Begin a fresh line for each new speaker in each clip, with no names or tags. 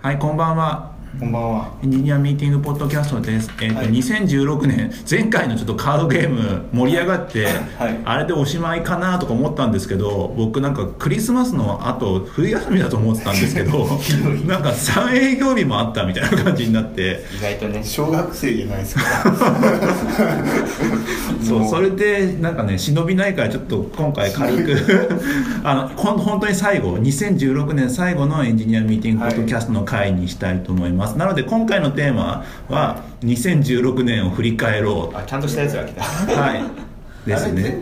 はい、こんばんは。
こんばんは。
エンジニアミーティングポッドキャストです。えっ、と、
はい
2016年、前回のちょっとカードゲーム盛り上がって、
はい
あれでおしまいかなとか思ったんですけど、僕なんかクリスマスの後、冬休みだと思ってたんですけ ど
どい、
なんか3営業日もあったみたいな感じになって、
意外とね
小学生じゃないで すか。
そう、
も
それでなんかね、忍びないからちょっと今回軽く、 あの、ほん本当に最後、2016年最後のエンジニアミーティングポッドキャストの回にしたいと思います。なので今回のテーマは、2016年を振り返ろう
あちゃんとしたやつが来た
はい。です
あれ
ね。。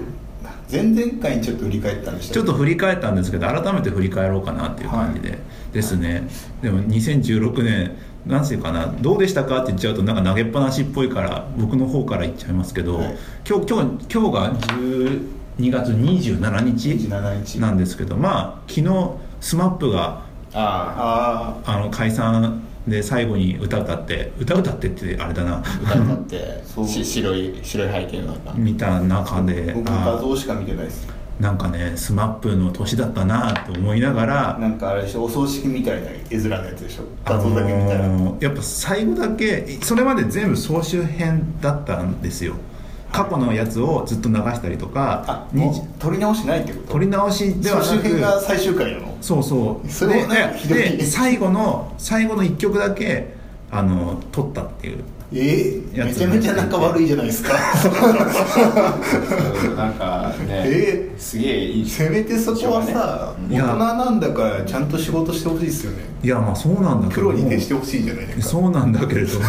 前前々回にちょっと振り返ったんでした
ちょっ
と
と振り返ったんですけど、改めて振り返ろうかなっていう感じで、ですね。でも2016年、なんていうかな、どうでしたかって言っちゃうと、なんか投げっぱなしっぽいから、僕の方から言っちゃいますけど、
はい
今日、今日、今日が12月27日
27日。
なんですけど、まあ、昨日、スマップが、
あ
あ
あの、解散で最後に歌歌って、歌歌ってってあれだ な、
あ歌になって
そう
し白い白い背景の中
見た中
あ
で、
僕も画
あ
像しか見てないです。
なんかね、スマップの年だったなって思いながら、
なんかあれでしょ、お葬式みたいな絵面のやつでしょ。
あ
画像だけ見たら。
のーやっぱ最後だけそれまで全部総集編だったんですよ過去のやつをずっと流したりとか
あ、
に
もう撮り直しないってこと。
撮り直しでは
総集編
な
が
く
最終回なの。
そうそう
それもなんか
で
ひどい
で最後の最後の1曲だけあの撮ったっていう
えー、
や
め
つ
ちゃめちゃ仲悪いじゃないですか。
そうなんかね
えー
すげえいい
せめてそこはさ、
い
大
や
人なんだからちゃんと仕事してほしいですよね。
いやまあそうなんだけ
プ
ども
ロに徹してほしいじゃないですか。
そうなんだけれども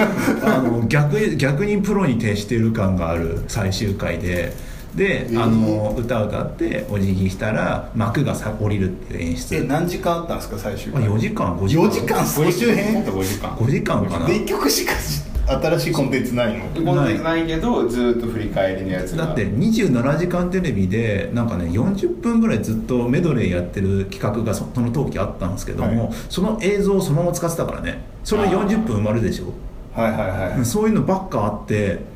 あの逆逆にプロに徹している感がある最終回で。で、
えー
あの歌歌ってお辞儀したら幕がさ降りるっていう演出
え、何時間あったんですか、最終
まあ、
回。
4時間5時間
4時間総集
も
編
っ
で
と5時間
5時間かな
1曲しか新しいコンテンツないの
5時間ないけどずーっと振り返りのやつが
だって27時間テレビでなんかね40分ぐらいずっとメドレーやってる企画がそその時あったんですけども、
は
その映像をそのまま使ってたからねそれ40分埋まるでしょ
はいはいはいなんか
そういうのばっかあって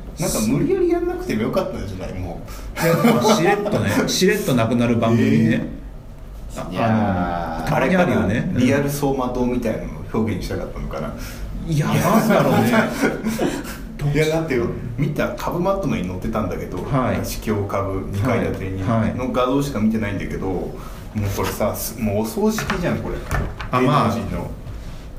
無理やりやんなくてもよかったんじゃないも
しれっとねしれっとなくなる番組ね、あ
いや
う
た
ー
まにあるよね
あれかなリアル走馬灯みたいなのを表現したかったのかない
やなんだろうねどう
いやだって見た株マットのに載ってたんだけど
はい
市況、株2階建てに
はいはい
の画像しか見てないんだけど、もうこれさすもうお葬式じゃんこれ
あまあ
芸能人の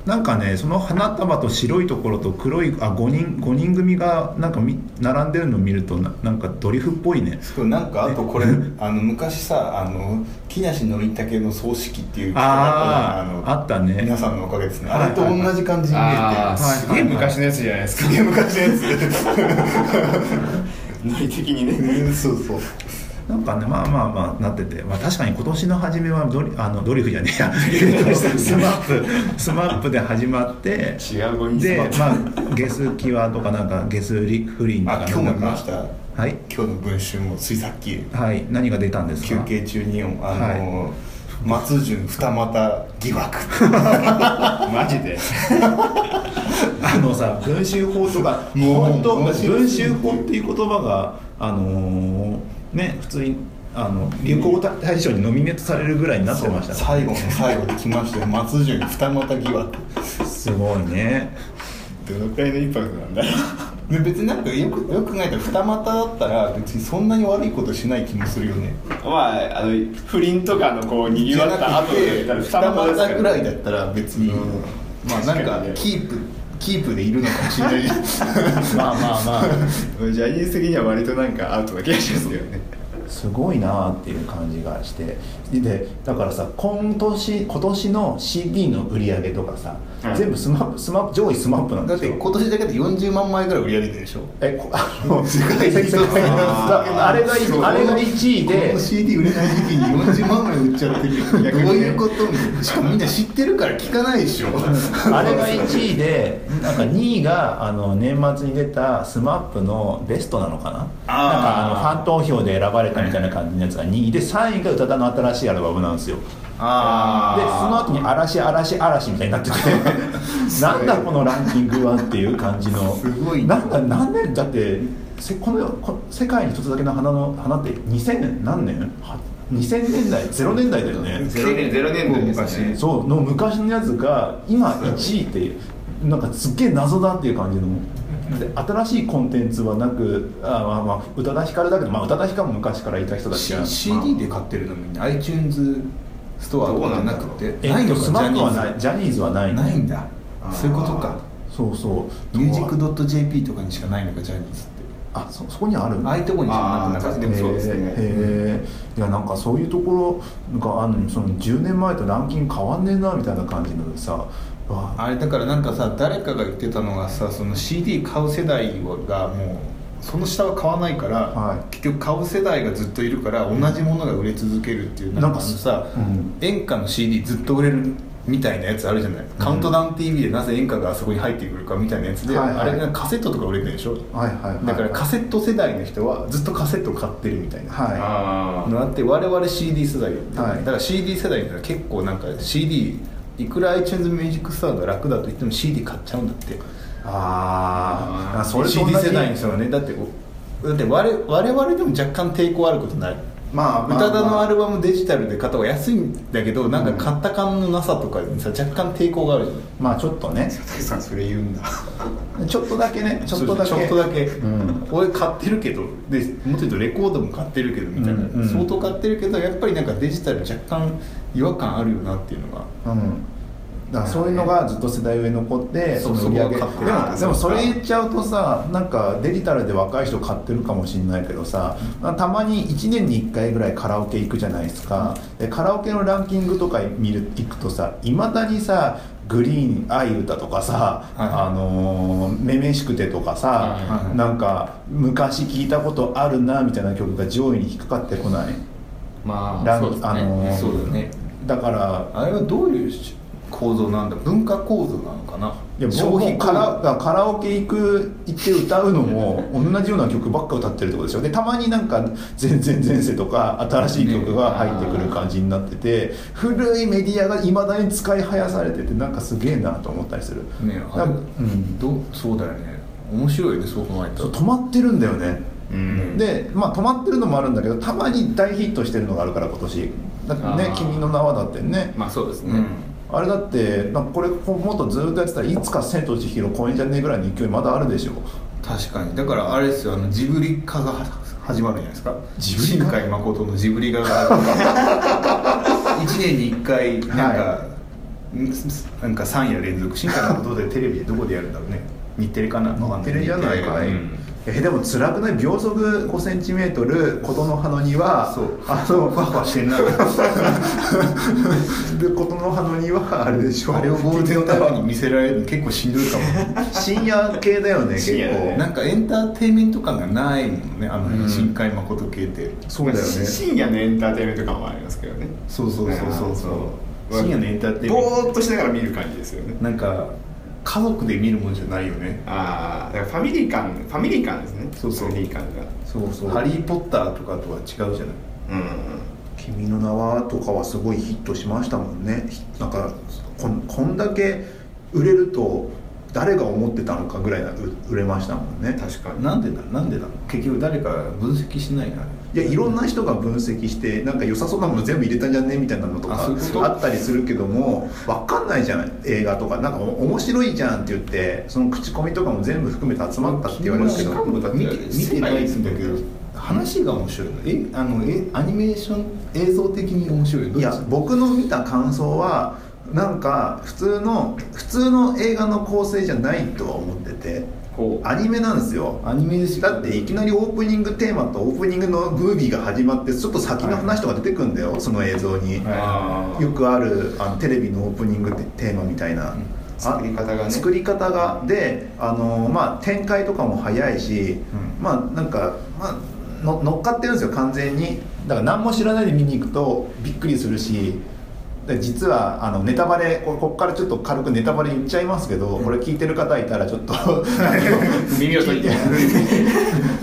なんかねその花束と白いところと黒いあ5人五人組がなんかみ並んでるのを見るとななんかドリフっぽいね
そうなんかあとこれあの昔さあの木梨憲武の葬式っていう企画が
あ
の
ああったね
皆さんのおかげですね、
はいはいはい
あれと同じ感じに見
あ
え
ー
て
はい
すげえ昔のやつじゃない ですか
すげえ昔のや
ノリ的に
つ
ね
うんそうそう
なんかねまあまあまあなってて、まあ、確かに今年の初めはドリあのドリフじゃねえやえっとスマップスマップで始まって
違う5人
で
スマ
ま
ッ
あゲスキワとかなんかゲスリフリンとか
あ
な
今日も
ん
見
か
ました今
はい
日の文春もついさっき
はい何が出たんです
休
か
憩中にあの、松潤二股疑惑
プマジで
あのさ文集法とか
もう
本当
面白い
文集法っていう言葉があのーね普通にあの流行語大賞にノミネートされるぐらいになってました
最後の最後で来ましたよ松潤二股疑惑
すごいね
どのくらいのインパクトなんだ
で別になんかよくよく考えたら二股だったら別にそんなに悪いことしない気もするよね
まああの不倫とかのこうにぎわった後で
二股ぐらいだ
っ
ったら別に、
うん
まあなん
確
か
かにね
キープキープでいるのかもしれないまあまあまあ
た ジャニーズ的には割となんかアウトな気がしますけどね
すごいなっていう感じがしてでだからさ今年今年の CD の売り上げとかさ、
はい
全部スマップスマップ上位スマップなん
だ
で
っ
すよ
て今年だけで40万枚ぐらい売り上げてるで しょ
えこあの
世界的
世界あれがあれが1位
こ
で
の CD 売れない時期に40万枚売っちゃってるよどう
逆にね
いうことしかもみんな知ってるから聞かないでし ょ
あれ が1位でなんか2位があの年末に出た SMAP のベストなのかななん
あー
かあのファン投票で選ばれたみたいな感じのやつが2位で3位が宇多田の新しいアルバムなんですよでその後に「嵐嵐嵐」みたいになって てなんだこのランキングはっていう感じの
すごいね
なんか何年だってせこのこ世界に一つだけの花の花って2000何年は2000年代0年代だよね
ゼロ年ゼロ年代ですね
そうの昔のやつが今1位ってなんかすっげえ謎だっていう感じので新しいコンテンツはなくあまあまあ宇多田ヒカルだけど、まあ、宇多田ヒカルも昔からいた人だし
C- CD で買ってるのに iTunes ストアとかじゃなくて
えっとスマップは
ジャ
な
ニー
いジャニーズはない
ズないんだ
あー
そういうことか
そうそう
ミュージック .jp とかにしかないのかジャニーズって
あそそこにあるん
ああいうとこにしかなくなかった
あー確かにそうですね
へえいやなんかそういうところがあるのにその10年前とランキング変わんねえなみたいな感じのでさわあ
あれだからなんかさ誰かが言ってたのがさその CD 買う世代がもうその下は買わないから、
はい
結局買う世代がずっといるから同じものが売れ続けるっていう
な
なんん
か
かあのさ、
うん
演歌の CD ずっと売れるみたいなやつあるじゃない、カウントダウン TV でなぜ演歌があそこに入ってくるかみたいなやつで、
はいはい
あれがカセットとか売れてるでしょ、
はいはいはい
だからカセット世代の人はずっとカセットを買ってるみたいな、
は
あ
のあって我々 CD 世代だよね、
はい
だから CD 世代ってのは結構なんか CD いくら iTunes ミュージックストアが楽だと言っても CD 買っちゃうんだって
いあーあそれと
CD
同じ
世代にそはねだってだって我々我々でも若干抵抗あることになる
まあ
宇多田のアル
は
バムデジタルで買った方が安いんだけどなんか買った感のなさとかにさ若干抵抗があるじゃん
まあちょっとね
佐竹さんそれ言うんだ
ちょっとだけねちょっとだけ
ちょっとだけ、
うん
これ買ってるけどでもっと言うとレコードも買ってるけどみたいな、
うんうん
相当買ってるけどやっぱりなんかデジタル若干違和感あるよなっていうのが
うんだからそういうのがずっと世代上に残って
そう
の売り上げで
そ
も
こが勝手に
でもそれ言っちゃうとさなんかデジタルで若い人買ってるかもしれないけどさたまに1年に1回ぐらいカラオケ行くじゃないですかでカラオケのランキングとか見る行くとさいまだにさグリーン「愛歌」とかさ「
はい
あのーめめしくて」とかさ
はいはいはい
なんか昔聞いたことあるなみたいな曲が上位に引っかかってこない
ま
ラ
あ
ン
そうですね
あのー
そうだよね
だから
あれはどういう構造なんだ文化構造なのかない
や僕もカ
カラ
ラカラオケ行く行って歌うの も同じような曲ばっか歌ってるってことでしょでたまになんか全然前世とか新しい曲が入ってくる感じになってて古いメディアがいまだに使いはやされててなんかすげえなと思ったりする、
ねあれ、
なんか
う
うん
ん、どうそうだよね面白いよねそう考えた
そう
ら
止まってるんだよね
うん
でまあ止まってるのもあるんだけどたまに大ヒットしてるのがあるから今年だってね
あ
「
ー
君の名は」だってね
まあそうですね、
うん
あれだってなんかこれもっとずっとやってたらいつか「千と千尋」超えんじゃねえぐらいの勢いまだあるでしょ
確かにだからあれですよあのジブリ化が始まるんじゃないですか
ジブリ化
新海誠のジブリ化が 1年に1回なんか、
は
んなんか3夜連続新海誠でテレビでどこでやるんだろうね日テレかなわかん
テレビじゃないかい、
うん
えでも辛くない秒速5センチメートル琴の葉の庭
そう
あの
ふわふわして んな
で琴の葉の庭あれでしょ
あれをゴールデンタワーに見せられるの結構しんどいか も
深夜系だよね結
深夜だ
構
ね
なんかエンターテインメント感がないもんねあの、
うん
新海誠系って
そうだよね
し深夜のエンターテインメント感もありますけどね
そうそうそうそうそう深夜のエンターテインメント
ぼーっとしながら見る感じですよね
なんか家族で見るもんじゃないよね
ああだからファミリー感ファミリー感ですね
そうそう
ファミリー感が
そうそう
ハリー・ポッター」とかとは違うじゃない
うん
君の名は」とかはすごいヒットしましたもんねひなんかこんこんだけ売れると誰が思ってたのかぐらいなう売れましたもんね
確かになんでだなんでだ結局誰か分析しないない
やいろんな人が分析してなんか良さそうなもの全部入れたんじゃねみたいなのとか
あそういうこと
あったりするけども分かんないじゃん映画とかなんかお面白いじゃんって言ってその口コミとかも全部含めて集まったって言われるけ
しか
ど
もだって見て見てないんだけど話が面白いのえあのえアニメーション映像的に面白いの
いや僕の見た感想はなんか普通の普通の映画の構成じゃないとは思ってて
こう
アニメなんですよ
アニメです
だっていきなりオープニングテーマとオープニングのムービーが始まってちょっと先の話とか出てくんだよ、その映像に。
あー
よくあるあのテレビのオープニングテテーマみたいな、
ん
あ
作り方がね
作り方がであの、まあ、展開とかも早いし、
うん
まあなんか、まあ、の乗っかってるんですよ完全にだから何も知らないで見に行くとびっくりするしで実はあのネタバレこれこっからちょっと軽くネタバレ言っちゃいますけど、これ聞いてる方いたらちょっ とあの
耳を閉じて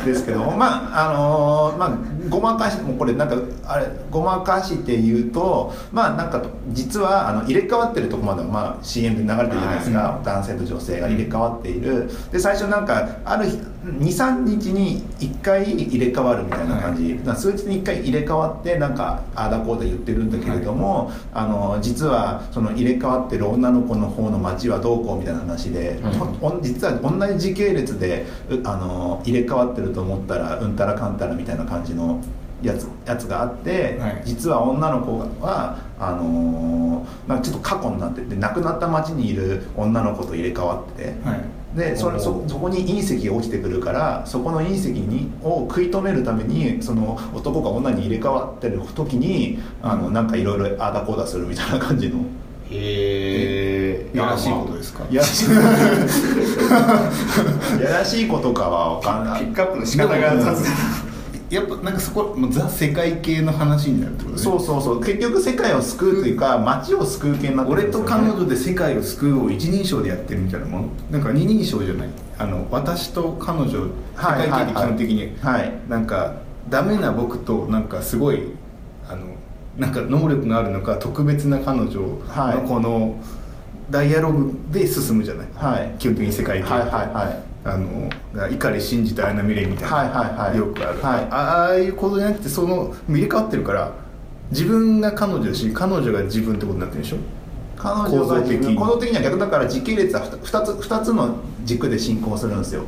ですけどもまああのーまあごまかしもうこれなんかあれごまかして言うとまあなんか実はあの入れ替わってるとこまではまあ CM で流れてるじゃないですか、男性と女性が入れ替わっているで最初なんかある日23日に1回入れ替わるみたいな感じ、な数日に1回入れ替わってなんかああだこうだ言ってるんだけれども、あの実はその入れ替わってる女の子の方の町はどうこうみたいな話で、おん実は同じ時系列でうあの入れ替わってると思ったらうんたらかんたらみたいな感じのやつやつがあって、
はい
実は女の子はあのーまあ、ちょっと過去になってて亡くなった町にいる女の子と入れ替わってて。
はい
でそれそそこに隕石が落ちてくるからそこの隕石にを食い止めるためにその男が女に入れ替わってる時にあのなんかいろいろああだこうだするみたいな感じの
へえ
やらしいことですか
いやらしいやらしいことかは分かんな
ピ
い
ックアップの仕方が雑だ
やっぱなんかそこもうザ世界系の話になるってことね
そうそうそう結局世界を救うというか街を救う系になって
俺
るんです
と
よね
彼女で世界を救うを一人称でやってるみたいなものなんか二人称じゃないあの私と彼女世
はい
界系って基本的に、
はい
なんかダメな僕となんかすごいあのなんか能力があるのか特別な彼女
はい
のこのダイアログで進むじゃない、
はい
基本的に世界系って、
はいはいはい
あの碇真治と綾波レイみたいな、
はいはいはい
よくある、
はい
あああいうことじゃなくてその入れ替わってるから自分が彼女だし彼女が自分ってことになってるでしょ
彼女が自
構造的
分
に
行動的には逆だから時系列は 2, つ二つの軸で進行するんですよ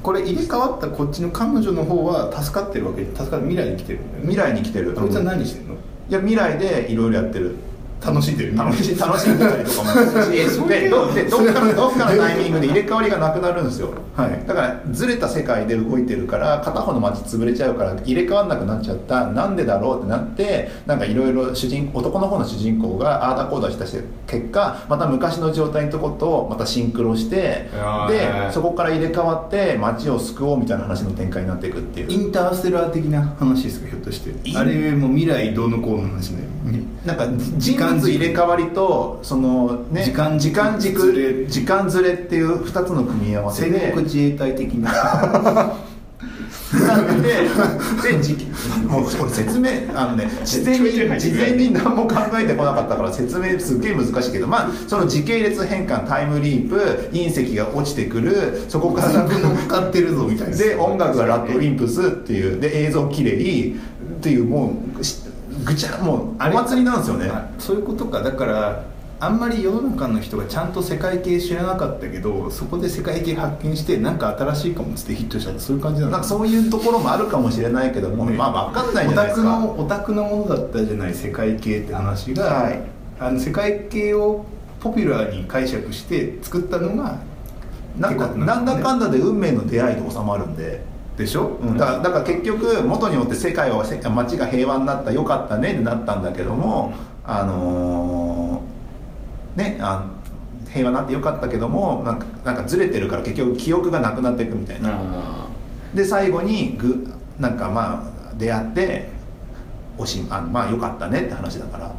これ入れ替わったこっちの彼女の方は助かってるわけ助かる未来に来てるんだよね
未来に来てる
こいつは何してんの
いや未来でいろいろやってる
楽しんでる
楽しい楽しんでたりとかもあるしでどでどっかのどっかのタイミングで入れ替わりがなくなるんですよ、
はい
だからずれた世界で動いてるから片方の街潰れちゃうから入れ替わんなくなっちゃったなんでだろうってなってなんかいろいろ主人男の方の主人公がああだこうだしたして結果また昔の状態のとことまたシンクロして
あー
でそこから入れ替わって街を救おうみたいな話の展開になっていくっていう
インターステラー的な話ですかひょっとしてあれもう未来どうのこうの話だよね
なんか
時
人
間
物
軸
入れ替わりとそのね
時間軸
時間軸
ずれ
時間ずれっていう2つの組み合わせで
戦国自衛隊的 な
なんでで時もうこれ説明あのね事前
ちょいちょい入
に
っ
事
てくる
前に何も考えてこなかったから説明すっげえ難しいけどまあその時系列変換タイムリープ隕石が落ちてくるそこから
乗っかってるぞみたいな
で音楽がラッドウィンプスっていうで映像きれいっていうもうしぐちゃもうお祭りなんですよね。
あそういうことかだからあんまり世の中の人がちゃんと世界系知らなかったけどそこで世界系発見してなんか新しいかもっつってヒットしたってそういう感じなの
なんかそういうところもあるかもしれないけども、
ね
まあ分かんないじゃないですか
オタクのオタクのものだったじゃない世界系って話が、
はい
あの世界系をポピュラーに解釈して作ったのが
なんか
結構
なんだかん
だ
だで運命の出会いで収まるんで、
でしょ、
うんだからだから結局元によって世界はせ街が平和になったよかったねってなったんだけどもあのーねあ平和になってよかったけどもなんかなんかずれてるから結局記憶がなくなっていくみたいな、
あ
で最後にぐなんかまあ出会っておしあまあよかったねって話だから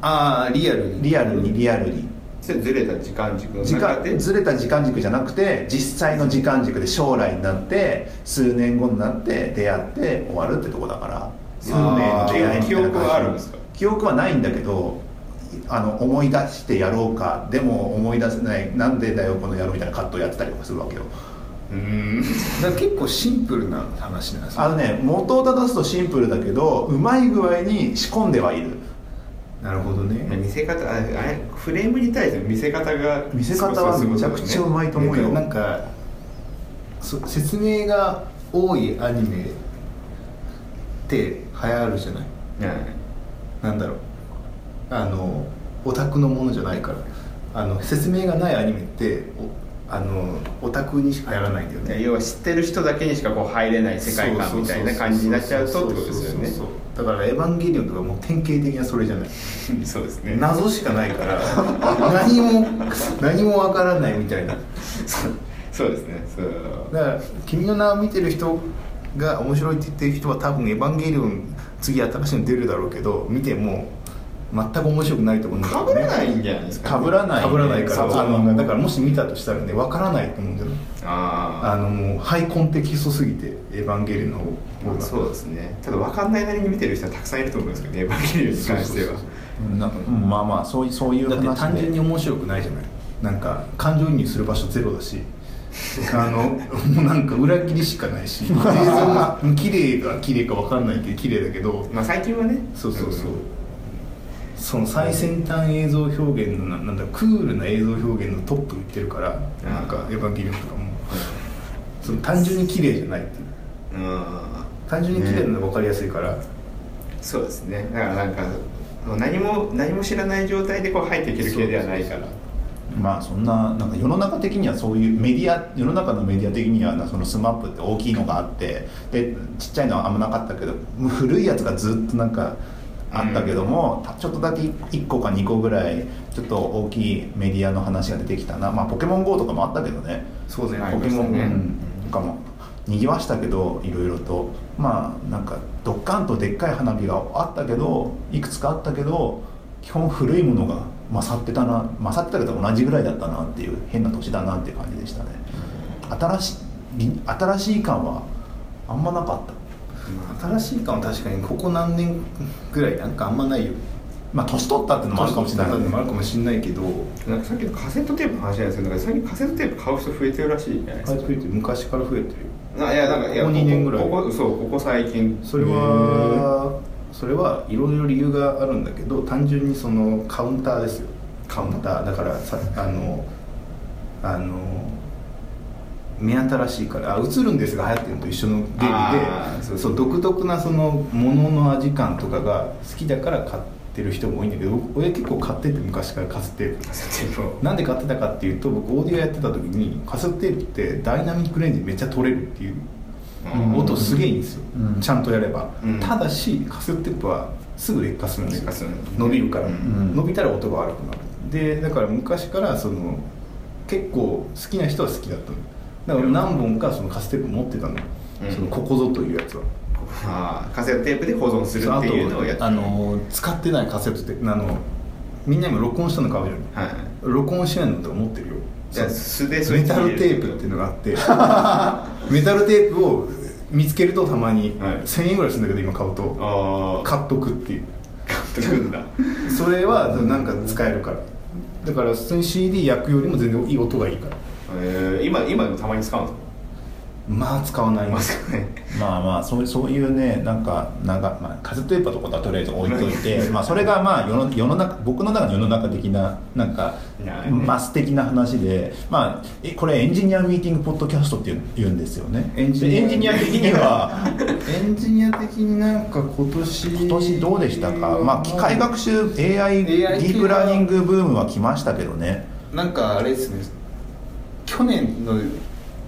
ああリアルに
リアルにリアルに。
ーそれずれた時間軸の
時
中
間
で
ずれた時間軸じゃなくて実際の時間軸で将来になって数年後になって出会って終わるってとこだから数年の出会いみたいな感じ
記憶はあるんですか
記憶はないんだけどあの思い出してやろうかでも思い出せないなんでだよこの野郎みたいなカットやってたりとかするわけよ
うーん
だから結構シンプルな話なんですよ
あのね元を正すとシンプルだけどうまい具合に仕込んではいる
なるほどね
見せ方ああれフレームに対して見せ方が
見せ方はめちゃくちゃうまいと思うよ
なんかそ説明が多いアニメって流行るじゃないなんだろうあのオタクのものじゃないからあの説明がないアニメっておあのオタクにしか流行らないんだよね
要は知ってる人だけにしかこう入れない世界観みたいな感じになっちゃうとってことですよね
そうそうそうそうだから「エヴァンゲリオン」とかもう典型的なそれじゃない
そうですね
謎しかないから何も何もわからないみたいな
そうそうですねそう
だから「君の名を見てる人が面白いって言ってる人は多分「エヴァンゲリオン」次新しいの出るだろうけど見ても全く面白くないと思うんだ
かぶらないんじゃないですか、
被らない
かぶらないから
そう
あのだからもし見たとしたらねわからないと思うんだよね
あ
あのもうハイコンテキストすぎて「エヴァンゲリオン」の方
あ、まあ、
が
そうですねただ分かんないなりに見てる人はたくさんいると思うんですけどねエヴァンゲリオンに関しては
うんなんかうんまあまあそういそういう
だ
話
っ
で
て単純に面白くないじゃないなんか感情移入する場所ゼロだしあの もうなんか裏切りしかない し映像が綺麗か綺麗か分かんないけど綺麗だけど
まあ最近はね
そうそうそう、
ん
その最先端映像表現のななんだクールな映像表現のトップ行ってるから
うん
なんか「エヴァンゲリオン」とかもその単純に綺麗じゃないっていう
うん
単純に綺麗なのが分かりやすいから、
そうですねだからなんかもう何も何も知らない状態でこう入っていける系ではないから
まあそんななんか世の中的にはそういうメディア世の中のメディア的にはなそのスマップって大きいのがあってでちっちゃいのはあんまなかったけどもう古いやつがずっとなんかあったけども、たちょっとだけ1個か2個ぐらいちょっと大きいメディアの話が出てきたなまあポケモン GO とかもあったけどね
そうね
あり
ポ
ま
ケ
した
モ
ね
ン、うんとかもにぎわしたけどいろいろとまあなんかドッカンとでっかい花火があったけどいくつかあったけど基本古いものが勝ってたな勝ってたけど同じぐらいだったなっていう変な年だなっていう感じでしたね新しい新しい感はあんまなかった
新しい感は確かにここ何年ぐらいなんかあんまないよ
まあ年取ったってのもあるかもしれない
年取ったのもあるかもしれないけど
なんかさっきのカセットテープの話なんですけどなんか最近カセットテープ買う人増えてるらしいじゃないですか
あ増えてる昔から増えてるよ
ないやなんかいや
ここ2年ぐらい
ここそうここ最近
それはそれはいろいろ理由があるんだけど単純にそのカウンターですよカウンターだからさあのあの目新しいからあ映るんですが流行ってるのと一緒の原理で
あーそう
そう独特なそのものの味感とかが好きだから買ってる人も多いんだけど俺結構買ってて昔からカセットテープ
カセットテープを
なんで買ってたかっていうと僕オーディオやってた時にカセットテープってダイナミックレンジめっちゃ取れるっていう
うん
音すげえいいんですよ、
うん
ちゃんとやれば、
うん
ただしカセットテープはすぐ劣化するんですよ
劣化する
伸びるから、
ん
伸びたら音が悪くなるでだから昔からその結構好きな人は好きだったのだから何本かそのカセットテープ持ってたの,、
うん
そのここぞというやつは
あーカセットテープで保存するっていうのをやっ
あとあの使ってないカセットテープあのみんな今録音したの買うじゃん
はい
録音しないのとか持ってるよ
いや素でそれ
メタルテープっていうのがあって メタルテープを見つけるとたまに
はい
1000円ぐらいするんだけど今買うと
ああ
買っとくっていう
買ってくるんだ
それはなんか使えるからだから普通に CD 焼くよりも全然いい音がいいから
えー、今今でもたまに使うんですか
まあ使わない
ま さかね
まあまあそうそういうねなんかなんか、まあ、カセットテープとかはとりあえず置いといてまあそれがまあ世の世の中僕の中の世の中的ななんか
なるほどね
マス的な話で、まあ、えこれエンジニアミーティングポッドキャストっていうん言うんですよね
エンジニア
でエンジニア的には
エンジニア的になんか今年
今年どうでしたか、まあ、機械学習 AI ディ
AI
ープラーニングブームは来ましたけどね
なんかあれですね去年の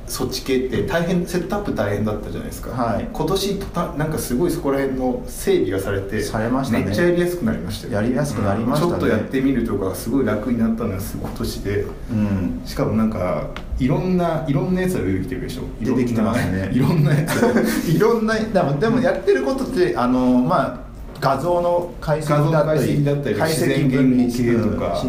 そっち系って大変セットアップ大変だったじゃないですか、
はい
今年とたなんかすごいそこら辺の整備がされて
されましたね
めっちゃやりやすくなりましたよ
やりやすくなりましたね、
ちょっとやってみるとかすごい楽になったのがすごい今年で
うん
しかもなんかいろんないろんなやつが出てきてるでしょいろんな
出てきてますね
いろんなやつが
いろんなでもでもやってることってあのまあ画像の解析だったり
画像の解析だったり
解析
自然
分離
言語系とか
し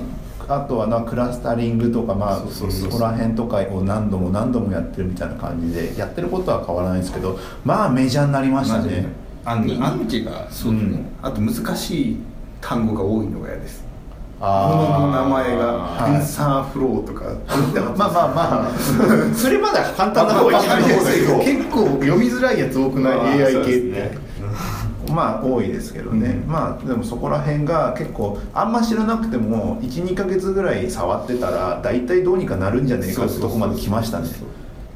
あとはなクラスタリングとかまあ
そう
そ
そうそうそう
こら辺とかを何度も何度もやってるみたいな感じでやってることは変わらないですけどまあメジャーになりましたね
あの認知がそうですね、あと難しい単語が多いのが嫌です
ー
ものの名前
は
が
い
「アンサーフロー」とか
まあまあまあ それまだ簡単な方がいい
あの
けど
結構読みづらいやつ多くない
あ
AI
ー
系
そう
っ
で
て、
すね
まあ多いですけどね、
うん
まあでもそこら辺が結構あんま知らなくても12か月ぐらい触ってたら大体どうにかなるんじゃねえかってとこまで来ましたね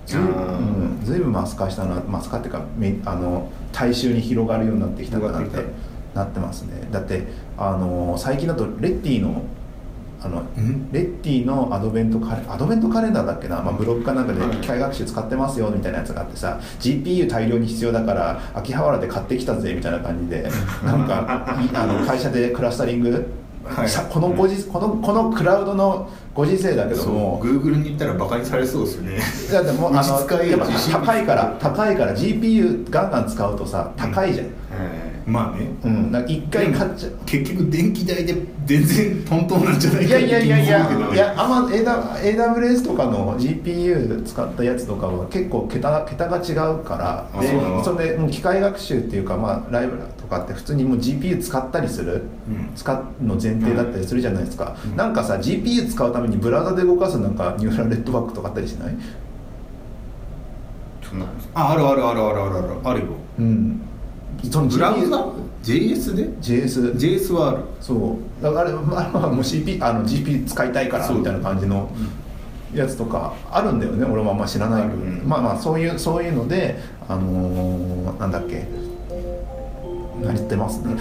ずい,、
あ
う
ー
ん、ずいぶんマス化したなマス化っていうかめあの大衆に広がるようになってきたかなって
広がってき
なってますねだってあの最近だとレッティのあの
ん
レッティのアドベントカレアドベントカレンダーだっけな、まあ、ブロックかなんかで
はい
機械学習使ってますよみたいなやつがあってさ GPU 大量に必要だから秋葉原で買ってきたぜみたいな感じ でなんかいあの会社でクラスタリング、
はい
さこのご時このこのクラウドのご時世だけども
Google に行ったらバカにされそうですよね
いやでもあ
実
の
使える
やっぱ
自信
高いから高いから GPU ガンガン使うとさ高いじゃん、
はい
まあね
うん、なんか一回買っちゃ
結局電気代で全然トントンなんじゃない
い
か
や
っ
い
て気も
や
する
いやい
けど
や
ね
いやあま AWS とかの GPU 使ったやつとかは結構桁が桁が違うから
あ
で
そうなの
それでもう機械学習っていうか、まあ、ライブラとかって普通にもう GPU 使ったりする、
うん
使うの前提だったりするじゃないですか、なんかさ GPU 使うためにブラウザで動かすなんかニューラルネットワークとかあったりしない、
そんなんです
ああるあるあるあるあるあるあるよ
うん、その
ブラウザ
GPU
JS で
JS
JS はある
そうだからあ れまあまあもう CP あの GP 使いたいから
そう
みたいな感じのやつとかあるんだよね俺もあんま知らないけど、
うん
まあまあそういうそういうのであのーなんだっけなりってますね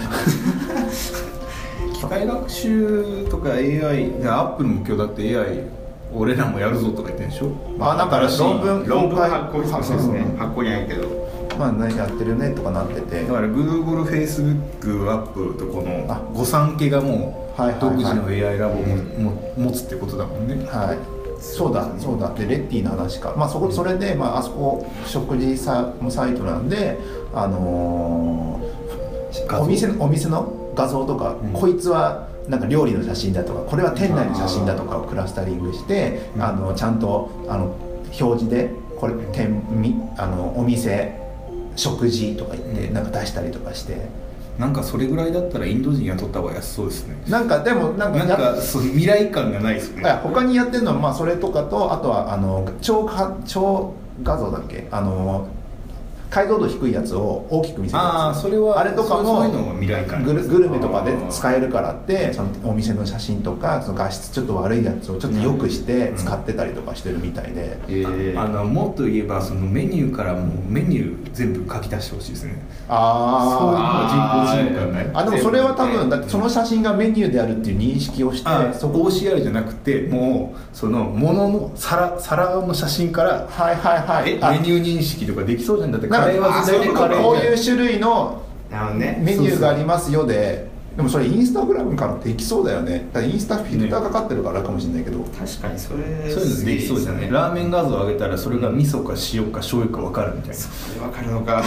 機械学習とか AI でアップルも今日だって AI 俺らもやるぞとか言ってんでしょ
あなんか
新しい
論文
論文発行してますね
うん
発行じゃないけど
まあ何やってるねとかなってて
だから Google、Facebook、Apple とこ
あ
の御三家がも
はいはいうはい
独自の AI ラボをも持つってことだもんね
はいそうだそうだでレッティの話か、まあ、そこそれで、まあ、あそこ食事ササイトなんであのー
画像
お店のお店の画像とか、
うん
こいつはなんか料理の写真だとかこれは店内の写真だとかをクラスタリングして
うん
あのちゃんとあの表示でこれ店みあのお店食事とか言って
うん
なんか出したりとかして
なんかそれぐらいだったらインド人雇った方が安そうですね
なんかでもなんか
なん
や
かそう未来感がないですね
あ他にやってるのはまあそれとかとあとはあの超か超画像だっけあの解像度低いやつを大きく見せるやつ
ああそれは
あれとかも
そういうのが未来感
グルグルメとかで使えるからってそのお店の写真とかその画質ちょっと悪いやつをちょっと良くして使ってたりとかしてるみたいで、
ええ
あのもっと言えばそのメニューからもうメニュー全部書き出してほしいですね
あ
そういうのが人工知能感
ー
ね
あでもそれは多
全
分
部
だってその写真がメニューであるっていう認識をして
あ
そ
そ
こ
こ OCR じゃなくてもうそのものの皿皿の写真から
はいはいはい
え
あ
メニュー認識とかできそうじゃんだって
な
カレー
んか
は
あ
絶対にカレー
こういう種類の
なるほどね
メニューがありますよででもそれインスタグラムからできそうだよねだからインスタフィルターかかってるからかもしれないけど、
確かにそれ
そういうのできそうじゃないラーメン画像上げたらそれが味噌か塩か醤油か分かるみたいな
分かるのか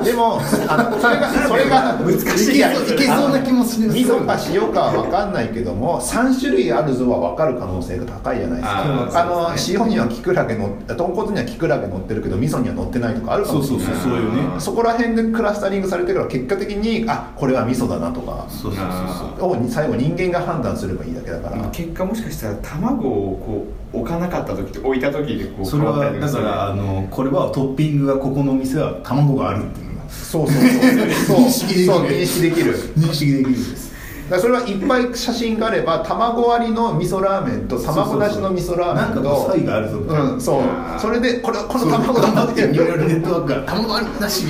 でもでもあのそれがそれが
難しいやつ
いけそうな気もする
味噌か塩かは分かんないけども3種類あるぞは分かる可能性が高いじゃないです
あ
か
ー
あの、
そうです
塩にはキクラゲの豚骨にはキクラゲ乗ってるけど味噌には乗ってないとかあるか
そ
も
う
し
そ
れ
う
ない
そうそういうね
そこら辺でクラスタリングされてるから結果的にあこれは味噌だなとか
そうそうそうそう
を最後人間が判断すればいいだけだから
結果もしかしたら卵をこう置かなかった時と置いた時でこう
それ
変わ
は
ったり
だ
と
からあのこれはトッピングがここのお店は卵があるっていうのが
そうそうそうそうそう認識できる
認識できるんです
だからそれはいっぱい写真があれば卵割りの味噌ラーメンと卵なしの味噌ラーメンと
なんかこう差異があるぞみたいな
うんそう
あー
それでこれはこの卵だなっていう
ニューラルネットワークが卵あるなし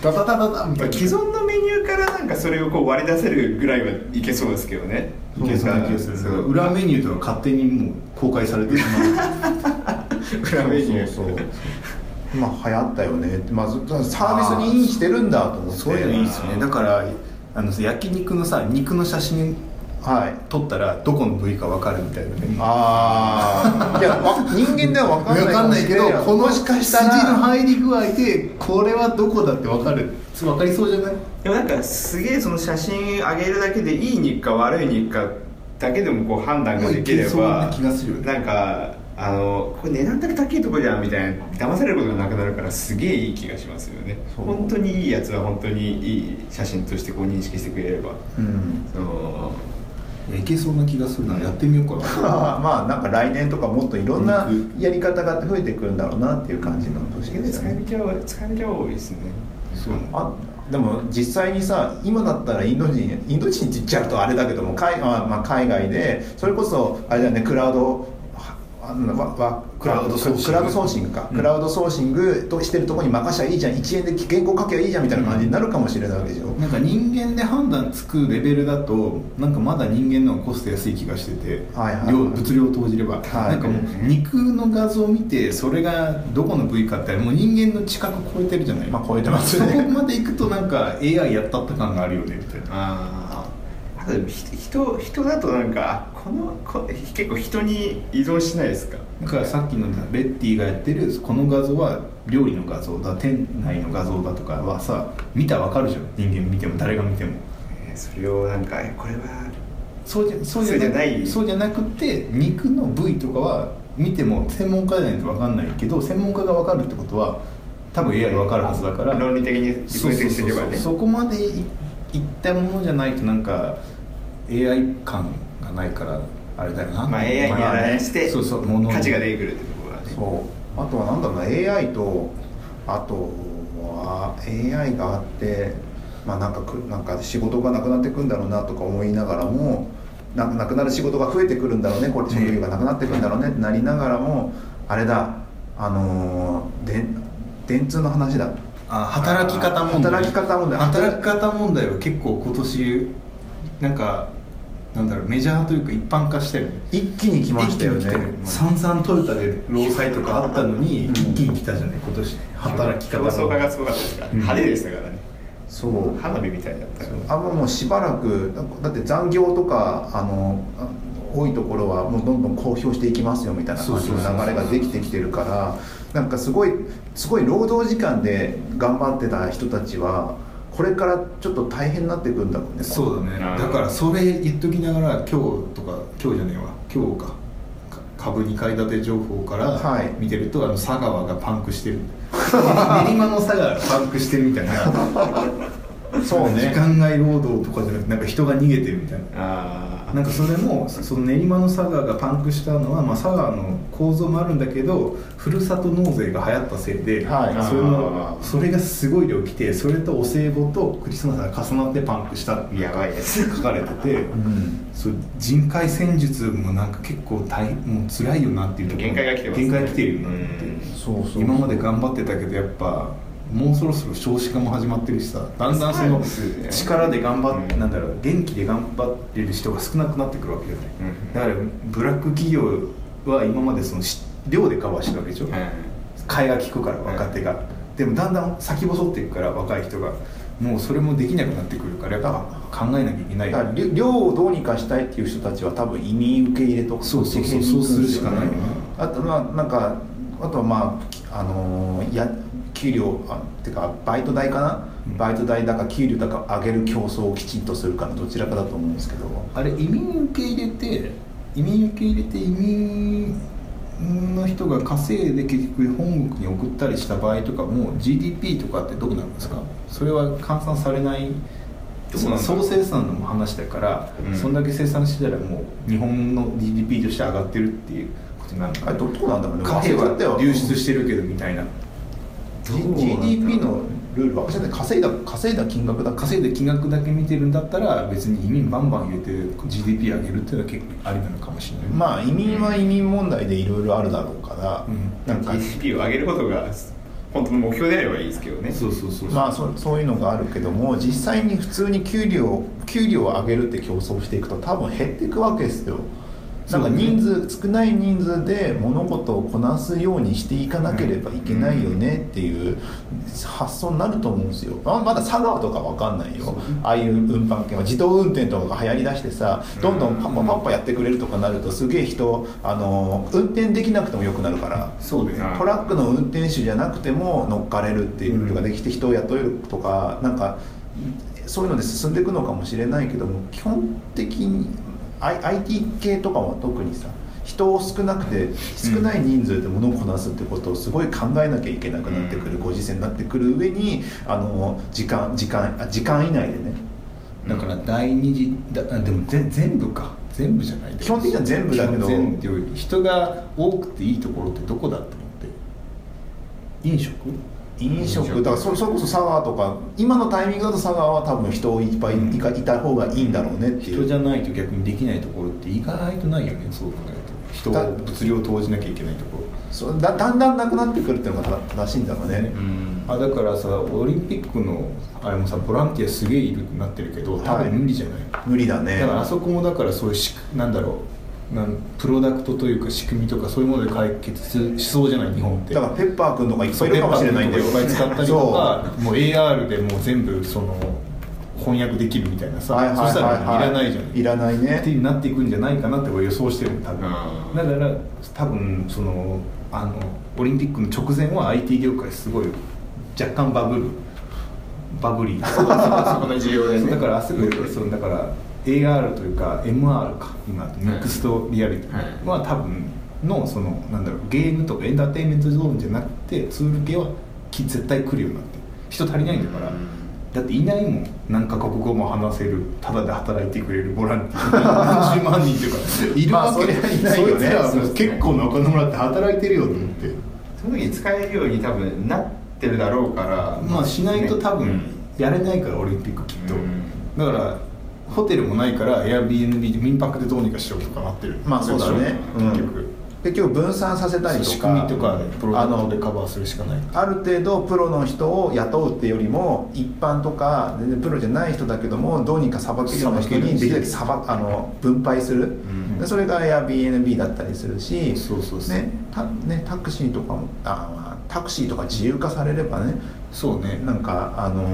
ダダダダダみたいな
既存のメニューからなんかそれをこう割り出せるぐらいはいけそうですけどね
いけそうな気がす
そ
る
う
裏メニューとか勝手にもう公開されてしまう
裏メニュー
そうそうそうまあ流行ったよねって、まあ、ずサービスにインしてるんだと思って
そう いうのいいですねだからあの焼肉のさ肉の写真
はい
撮ったらどこの部位か分かるみたいなね
ああいやわ人間では分かんない
分かんないけどこの
もし
し
か
か
し
したたら筋の
ら
入り具合でこれはどこだって分かる分かりそうじゃない
でもなんかすげえその写真上げるだけでいい肉か悪い肉かだけでもこう判断ができれ
いけそうな
ば
気がするよね
なんかあのこれ値段だけ高いとこじゃんみたいな騙されることがなくなるからすげえいい気がしますよね
そう
本当にいいやつは本当にいい写真としてこう認識してくれれば
うん
その
いやいけそうな気がするなやってみようかな
まあまあなんか来年とかもっといろんなやり方が増えてくるんだろうなっていう感じの年ですよ
使い
ね
道は使い道は多いですね
そう
あでも実際にさ今だったらインド人インド人って言っちゃうとあれだけども海,、まあまあ、海外でそれこそあれだよねクラウドはあのわわ
クラウドソーシング
クラウドソーシングか、
うん
クラウドソーシングとしてるとこに任せゃいいじゃん1円で原稿書けばいいじゃんみたいな感じになるかもしれないわけでしょ、
なんか人間で判断つくレベルだとなんかまだ人間の方がコスト安い気がしてて、
はいはいはい
量物量を投じれば、
はい
なんかもう肉の画像を見てそれがどこの部位かってもう人間の知覚を超えてるじゃない、
まあ超えてますね
そこまでいくとなんか AI やったった感があるよねみたいな
ああとでもひ人人だとなんかあこのこ結構人に依存しないですか
だからさっきのレッティがやってるこの画像は料理の画像だ店内の画像だとかはさ見たらわかるじゃん人間見ても誰が見ても
えーそれをなんかえこれは
そうじゃそう
そうじゃない
そうじゃなくて肉の部位とかは見ても専門家じゃないとわかんないけど専門家がわかるってことは多分 AI わかるはずだから
論理的に分
そうそ
析
う
す
そう
れば
そう
ね
そこまでいいったものじゃないとなんか AI 感がないからあれだよな
まあ AI にやられして
そうそうもの
価値が出てくるってところはね
そうあとはなんだろうな AI とあとは AI があってまあなんかくなんか仕事がなくなってくんだろうなとか思いながらもななくなる仕事が増えてくるんだろうねこれ職業がなくなってくんだろうねってなりながらもあれだあのー、で電通の話だ
あ働き方問題
働き方問題
働き方問題は結構今年なんかなんだろうメジャーというか一般化してる
一気に来ましたよ
一気に来てる
ね
散々トヨタで労災とかあったのに
うん
一気に来たじゃない今年働き方
競争家がすごかったですから、
うん
派手でしたからね
そう
花火みたいだったから
あもうしばらくだって残業とかあのあ多いところはもうどんどん公表していきますよみたいな感じの流れができてきてるからなんかすごいすごい労働時間で頑張ってた人たちはこれからちょっと大変になってくんだろうね
そうだね
なるほど
だからそれ言っときながら今日とか今日じゃねえわ今日かか株2階建て情報から
はい
見てると、あの佐川がパンクしてる 練馬の佐川がパンクしてるみたいな
そう
時間外労働とかじゃなくてなんか人が逃げてるみたいな
ああ
なんかそれもその練馬の佐賀がパンクしたのは、まあ、佐賀の構造もあるんだけどふるさと納税が流行ったせいで、
はい
それ
あ
の
ー
それがすごい量来てそれとお歳暮とクリスマスが重なってパンクしたって
やばいです
書かれてて、
うん
そう人海戦術もなんか結構大もう辛いよなっていうところ
限界が来てますね
限界来てるよなって
うん
そうそうそう
今まで頑張ってたけどやっぱもうそろそろ少子化も始まってるしさだんだんその
そうですね
力で頑張っ
うん
なんだろう元気で頑張ってる人が少なくなってくるわけじゃ
うん
な
う
い
ん
だからブラック企業は今までそのし量でカバーしてるわけでしょ替えが利くから若手がでもだんだん先細っていくから若い人がもうそれもできなくなってくるからやっぱ考えなきゃいけない
だからり量をどうにかしたいっていう人たちは多分移民受け入れとか
そうそうそ
そ
う
っち系に行くん
そうす
で
るしかないよね
あとまあなんかあとはまあきあのーや給料あてかバイト代かな、
うん
バイト代だか給料だか上げる競争をきちんとするかのどちらかだと思うんですけど
あれ移民受け入れて移民受け入れて移民の人が稼いで結局本国に送ったりした場合とかも GDP とかってどうなるんですかそれは換算されない
そうなんだ
総生産の話だから、
うん
そんだけ生産してたらもう日本の GDP として上がってるっていうことになるの
あ
か
れどこなんだろうね
貨
忘
幣
れちゃったよ
は流出してるけどみたいな
G- GDP のルールは私だって稼いだ稼いだ金額だ稼い
稼いだ金額だけ見てるんだったら別に移民バンバン入れて GDP 上げるっていうのは結構ありなのかもしれない、
まあ移民は移民問題でいろいろあるだろうから、
うん
なんか
GDP を上げることが本当の目標であればいいですけどね
そうそうそうそう
まあそそういうのがあるけども実際に普通に給料給料を上げるって競争していくと多分減っていくわけですよなんか人数、少ない人数で物事をこなすようにしていかなければいけないよねっていう発想になると思うんですよまあまだ佐川とかわかんないよああいう運搬系は自動運転とかが流行りだしてさどんどんパッパパッパやってくれるとかなるとすげえ人あの運転できなくてもよくなるから
そうだよね
トラックの運転手じゃなくても乗っかれるっていうルールができて人を雇えるとかなんかそういうので進んでいくのかもしれないけども基本的に I- IT 系とかは特にさ人を少なくて少ない人数で物をこなすってことをすごい考えなきゃいけなくなってくる
うん
ご時世になってくる上にあの時間時間あ時間以内でね
だから第二次だあでもぜ全部か全部じゃない
基本的には全部だけど
全部領域人が多くていいところってどこだと思って飲食
飲食だからそそれこそ佐川とか今のタイミングだと佐川は多分人をいっぱいいかいた方がいいんだろうねっていう
人じゃないと逆にできないところって意外とないよねそう考えると人
だ
を物量を投じなきゃいけないところ
そうだだんだんなくなってくるっていうのが正しいんだろうね、
うん
あだからさオリンピックのあれもさボランティアすげえいるってなってるけど多
はい
分無理じゃない、
無理だね
だからあそこもだからそういうしなんだろうなんプロダクトというか仕組みとかそういうもので解決しそうじゃない日本って
だからペッパー君とかいっぱいいるかもしれないんだよ
いっぱい使ったりとかもう AR でもう全部その翻訳できるみたいなさ、
はいはいはいはい
そしたらいらないじゃない
いらないね
っていうなっていくんじゃないかなって俺予想してるの多分
うん
だから多分そのあのオリンピックの直前は IT 業界すごい若干バブルバブリーそう
そこの需要でね
だからあすぐそうだから AR というか MR か今ミックスとリアリティは多分のそのなんだろうゲームとかエンターテインメントゾーンじゃなくてツール系はき絶対来るようになって人足りないんだから、
うん
だっていないもん何か国語も話せるただで働いてくれるボランティア10万人というかいる
まあ
わけ、
そりゃいないよね
そいつらは
そう
ですね
結構なお金もらって働いてるよと思って、
その時使えるように多分なってるだろうから
まあしないと多
ね
分やれないからオリンピックきっと、
うん
だからホテルもないから Airbnb で民泊でどうにかしようとかなってる
まあそうだね
結局、
結局分散させたり
そう
とか
仕組みとかでプロダ
あ
クト
の
でカバーするしかない
ある程度プロの人を雇うってよりも一般とか全然プロじゃない人だけどもどうにかさばけるような人にできるだけさばあの分配する、
ん
でそれが Airbnb だったりするし
そうそうそう
ねたね、タクシーとかもあまあタクシーとか自由化されればね
そうね
なんかあの、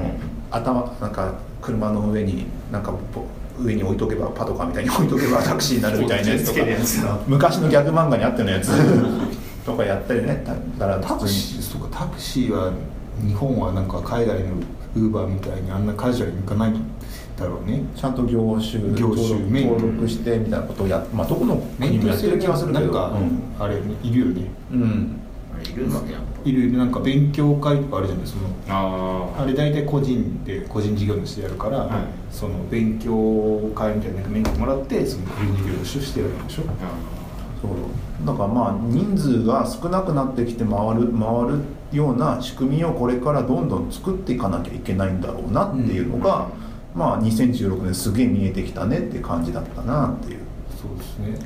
頭なんか車の上になんかぼ上に置いとけばパトカーみたいに 置いとけばタクシーになるみたいなやつと
つけるやつ
か昔のギャグ漫画にあったようなやつとかやったりねだから
タクシーそうかタクシーは日本はなんか海外のウーバーみたいにあんなカジュアルに行かないだろうね
ちゃんと業種
業
登
種
録
免許
登録してみたいなことをやまあどこの国もやってる気がするけど
なんか、あれいるよね
うん、うん
いるのやっ
いるいるなんか勉強会とかあるじゃないその
ぱあ
あれ大体個人で個人事業主でやるから、
はい
その勉強会みたいな免許もらってその個人事業主してやるんでしょ
あ
そうだからまあ人数が少なくなってきて回る回るような仕組みをこれからどんどん作っていかなきゃいけないんだろうなっていうのが、まあ2016年すげえ見えてきたねって感じだったなっていう
そうですね
いやー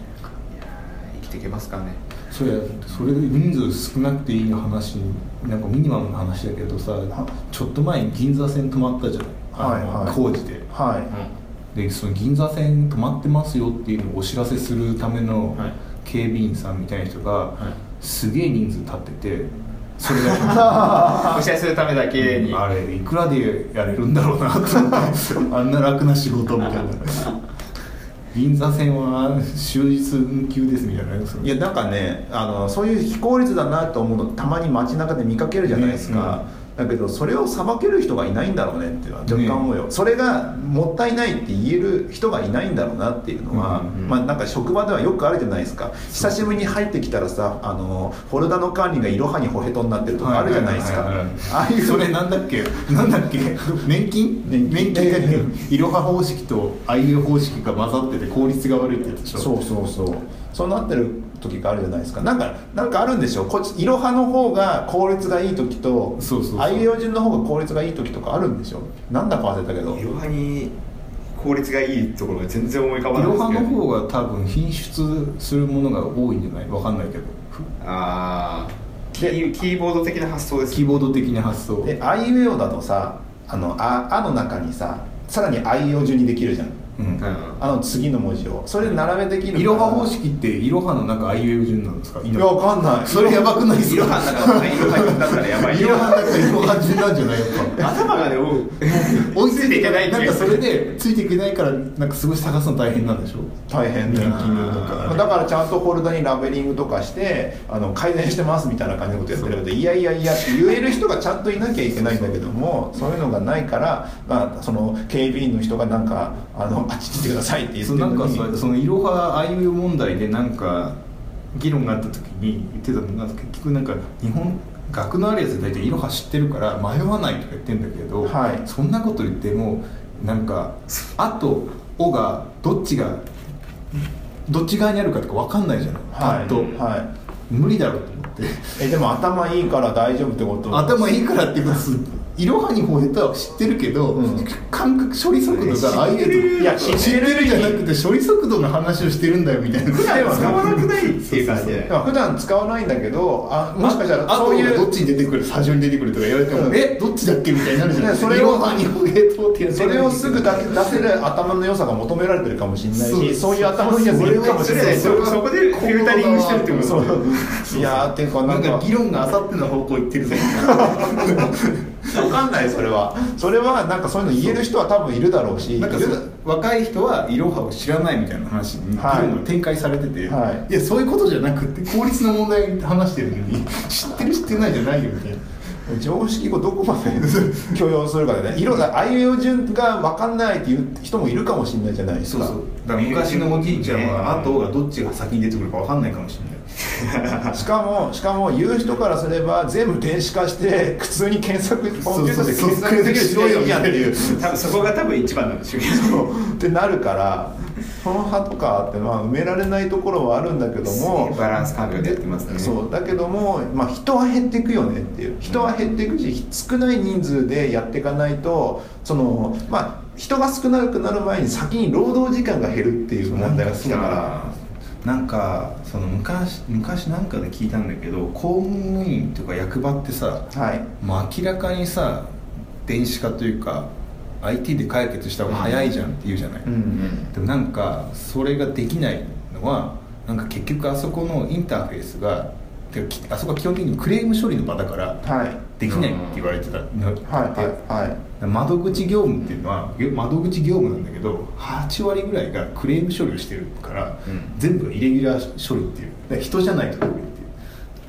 生きていけますかね
それそれで人数少なくていいの話なんかミニマムの話だけどさちょっと前に銀座線止まったじゃない、あの
はいはい
工事で
はい、
でその銀座線止まってますよっていうのをお知らせするための
はい
警備員さんみたいな人が、
い
すげえ人数立っててそ れが
お支えするためだけに
あれいくらでやれるんだろうなと 思ってあんな楽な仕事みたいな銀座線は終日運休ですみたいなその
いやなんかねあのそういう非効率だなと思うのたまに街中で見かけるじゃないですか、だけどそれをさばける人がいないんだろうねっていうのは若干思うよ、それがもったいないって言える人がいないんだろうなっていうのは、
うんうん
まあ、なんか職場ではよくあるじゃないですか久しぶりに入ってきたらさあのフォルダの管理がいろはにほへとになってるとかあるじゃないですか
はは
あ
はは
あいう
それなんだっけなんだっけ年金
年金
年金だっけいろは方式とあいうえお方式が混ざってて効率が悪いってやつでしょ
そうそうそうそうなってる時があるじゃないですかなんかなんかあるんでしょこっちいろはの方が効率がいい時と
そうそうそう
あいうえお順の方が効率がいい時とかあるんでしょなんだか忘れたけど
いろはに効率がいいところが全然思い浮かば
い
ない
ろは
んです
の
けど
方が多分品質するものが多いんじゃないわかんないけど
ああキーキーボード的な発想です
キーボード的な発想
であいうえおだとさあのああの中にささらにあいうえお順にできるじゃん
うん
うん
あの次の文字をそれで並べできる
いろは方式っていろはの中あいうえお順なんですか
いやわかんない
それやばくないです
いろ
か
はの中のいろはだったらやばい
いろはの中いろは順なんじゃないやっぱ
頭がねおう追いついていけないって
なん
い
か
う
それでついていけないからなんかすごい探すの大変なんでしょ
大変だよ
年金のとか
だからちゃんとフォルダにラベリングとかしてあの改善してますみたいな感じのことやってるけどいやいやいやって言える人がちゃんといなきゃいけないんだけどもそういうのがないから、まあ、その警備員の人がなんかあのあっち行ってくださいって言って
そ
る
うなん
の
か
に
さそのいろはあいうえお問題でなんか議論があった時に言ってたのが結局なんか日本学のあるやつで大体いろは知ってるから迷わないとか言ってんだけど、
はい
そんなこと言ってもなんか「あ」と「お」がどっちがどっち側にあるかとか分かんないじゃない、
は
パッと、
い、は
無理だろうと思って
い、えでも頭いいから大丈夫ってこと
頭いいからっていうかすいろはにほえたは知ってるけど、
うん
感覚処理速度がああいう
いや知
知
っ
ってるじゃなくて処理速度の話をしてるんだよみたいな
普段は使わなくないっていう感じで
いや普段使わないんだけどあもしかしたら
あ
そうい
あと
う
どっちに出てくる最初に出てくるとか言われても、
うん
えどっちだっけみたいになるじゃん
ねそれを
いろはにほえとってやつ
それをすぐ出せ出せる頭の良さが求められてるかもしれないしそういう頭のいいやついるかもしれない
それはそこでフィルタリングしてるってこと
いやーっていうか
な
なん
ん
か
か議論があさっての方向行ってるぞ
分かんないそれはそれはなんかそういうの言える人は多分いるだろうし
なんか
いる
そ若い人はイロハを知らないみたいな話に
はい
議論が展開されてて、、
はい
やそういうことじゃなくて効率の問題を話してるのに知ってる知ってないじゃないよみたいな
常識をどこまで 許容するかでね色があいう順が分かんないっていう人もいるかもしれないじゃないです
そう
か
そうだから昔のおじいちゃんは後がどっちが先に出てくるか分かんないかもしれない
しかもしかも言う人からすれば全部電子化して普通に検索
そう
コンピューターで
そう
検索できる時代いいやんっていう
多分そこが多分一番なんでしょうけ
そうってなるからその歯とかってまあ埋められないところはあるんだけども
どバランス感覚でやってますね
そうだけども、まあ、人は減っていくよねっていう人は減っていくし少ない人数でやっていかないとそのまあ人が少なくなる前に先に労働時間が減るっていう問題が来たから
なんかその昔昔なんかで聞いたんだけど公務員とか役場ってさ
らはい
もう明らかにさ電子化というか IT で解決した方が早いじゃんって言うじゃない、
う
うんん
でもなんかそれができないのはなんか結局あそこのインターフェースがてかきあそこは基本的にクレーム処理の場だから
はい
できないって言われてた、の
はいはいはい
窓口業務っていうのはよ窓口業務なんだけど8割ぐらいがクレーム処理をしてるから、
うん
全部イレギュラー処理っていうだから人じゃないとダメっていう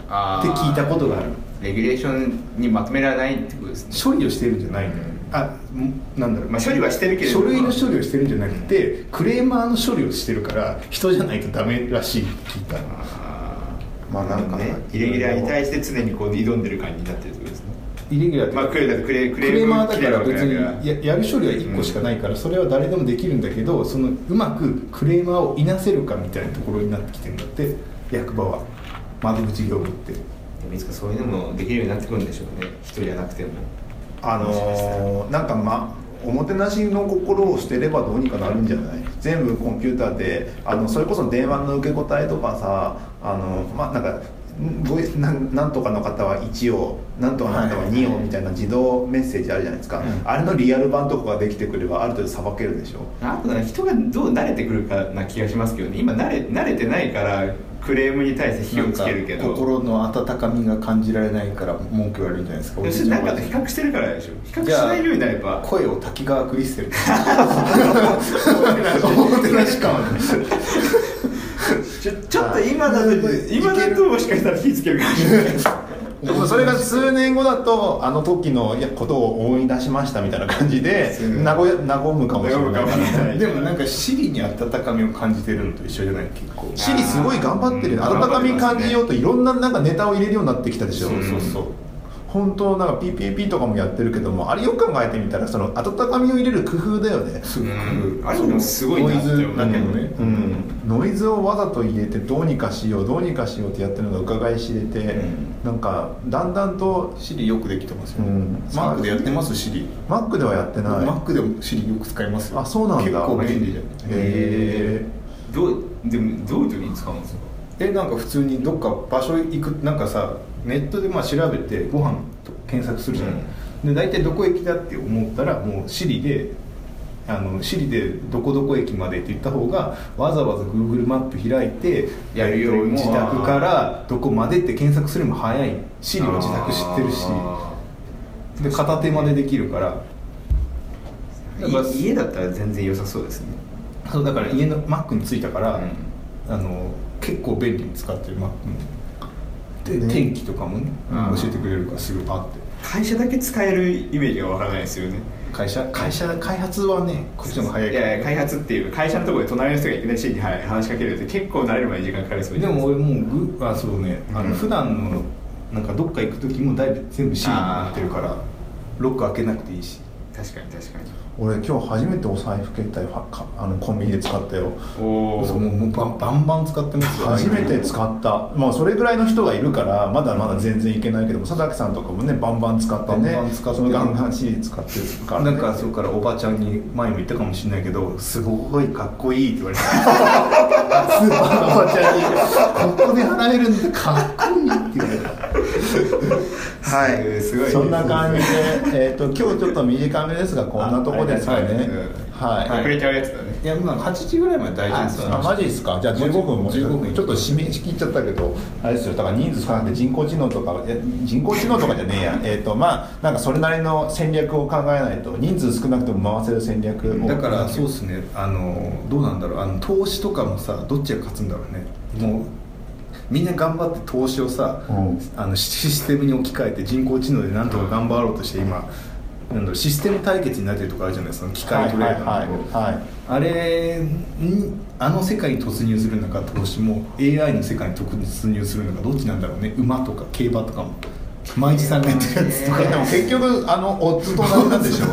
あ
っ
ー
て聞いたことがある
レギュレーションにまとめられないってことですね
処理をしてるんじゃない、
うん
あんなんだろう、
まあ処理はしてるけれど
書類の処理をしてるんじゃなくてクレーマーの処理をしてるから人じゃないとダメらしいって聞いた
あー
まあなんか
ねイレギュラーに対して常にこう挑んでる感じになってるってことですね
イレギュラーって
まあクレクレク
ク
レ
レーマーだ
切
か
れる
ら
わけ
別
だ
に
から
ややる処理は1個しかないからそれは誰でもできるんだけどそのうまくクレーマーをいなせるかみたいなところになってきてるんだって役場は窓口業務って
でもいつかそういうのもできるようになってくるんでしょうね人じゃなくても
あのーなんかまおもてなしの心を捨てればどうにかなるんじゃない全部コンピューターであのそれこそ電話の受け答えとかさあのまあなんかんボイスなんなんとかの方は1をなんとかの方は2をみたいな自動メッセージあるじゃないですか、
うん
あれのリアル版とかができてくればある程度さばけるでしょ
あとね人がどう慣れてくるかな気がしますけどね今慣れ慣れてないからクレームに対して火をつけるけ
なん
ど
か心の温かみが感じられないから文句言われるんじゃないですか
でもそれなんか比較してるからでしょ比較しないようになれば
声を滝川クリステル おも てなし感ある
ちょちょっと今だと今だともしかしたら火つけるかもしれない
でもそれが数年後だとあの時のいやことを思い出しましたみたいな感じで
うん
和や和むかもしれない
和むかもしれない
でもなんかシリに温かみを感じてるのと一緒じゃない結構
シリすごい頑張ってるよ
うん
温かみ感じようといろんななんかネタを入れるようになってきたでしょ
そうそうそう
本当なんか PPP とかもやってるけどもあれよく考えてみたらその温かみを入れる工夫だよね
すごく
うんあれでもすごいなって思う
ノイズなんだけどね
う、ん、ノイズをわざと入れてどうにかしようどうにかしようってやってるのが伺い知れて、
ん
なんかだんだんと
シリよくできてますよ、
うん
マックでやってますシリ、
Mac ではやってない
マックでもシリよく使いますよ
あそうなんだ
結構便利じゃん
へえ
どうでもどういう時に使うんですか
えなんか普通にどっか場所行くなんかさネットでまあ調べてご飯と検索するじゃない、で大体どこ駅だって思ったらもうシリであのシリでどこどこ駅までって言った方がわざわざ Google マップ開いてやるよりも
やるよりも
自宅からどこまでって検索するのも早いシリは自宅知ってるし
あ
で片手までできるから
ー
だから
い家だったら全然良さそうですね
そうだから家の Mac に着いたから、
うん
あの結構便利に使ってる Mac で、
ね
天気とかもね、
うん
教えてくれるからすぐパッて
会社だけ使えるイメージがわからないですよね
会社会社開発はねこっちの方が早い
い
から
やいや開発っていう会社のところで隣の人がいきなりシーンにはい話しかけるって結構慣れるまでに時間かかりそうじ
で
ゃない
も
すか
俺もうグあそうねあ
うん
の普段のなんかどっか行く時もだいぶ全部 C になってるからロック開けなくていいし
確かに確かに
俺今日初めてお財布携帯はかあのコンビニで使ったよ
お
そうもうもうバンバンバン使ってますよ
初めて使った、まあ、それぐらいの人がいるからまだまだ全然いけないけども佐々木さんとかもねバンバン使ってね
バンバン使って
そのガンガンシリ使ってるから、ね、
なん かそうからおばちゃんに前も言ったかもしれないけどすごいかっこいいって言われてスーパーのおばちゃんにここで離れるんだかっこ何っていうの
はい
すごい
そんな感じで、えっと今日ちょっと短めですがこんなとこですかね
はい
はい、
遅れちゃうやつだね
いやまあ8時ぐらいまで大丈夫です
あマジですかじゃあ15分も
15分
ちょっと締め切っちゃったけどあれですよだから人数少なくて人工知能とかえ人工知能とかじゃねえ やえっとまあなんかそれなりの戦略を考えないと人数少なくても回せる戦略を
だからそうですねあのどうなんだろうあの投資とかもさどっちが勝つんだろうねもうみんな頑張って投資をさ、
うん
あのシシステムに置き換えて人工知能でなんとか頑張ろうとして今なんだろうシステム対決になってるとこあるじゃないですか機
は
械
い
ト
は
レ
い
ー
は
ダ
い
ーのとこ
はい
あれにあの世界に突入するのか投資も AI の世界に突入するのかどっちなんだろうね馬とか競馬とかも毎日さんがやってるやつとか
でも結局あのオッズと同じなんでしょ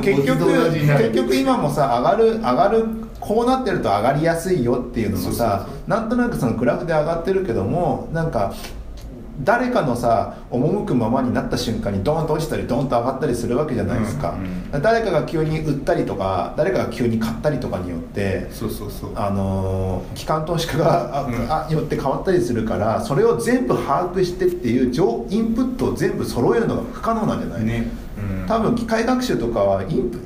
結局
オッズと同じになる
結局今もさ上がる上がるこうなってると上がりやすいよっていうのもさなんとなくそのグラフで上がってるけどもなんか誰かのさ赴くままになった瞬間にドーンと落ちたりドーンと上がったりするわけじゃないですか,、
うんうん
誰かが急に売ったりとか誰かが急に買ったりとかによって
そうそうそう
あのー機関投資家があ、
うん
あよって変わったりするからそれを全部把握してっていう情インプットを全部揃えるのが不可能なんじゃない、
ね
うん
多分機械学習とかはインプ、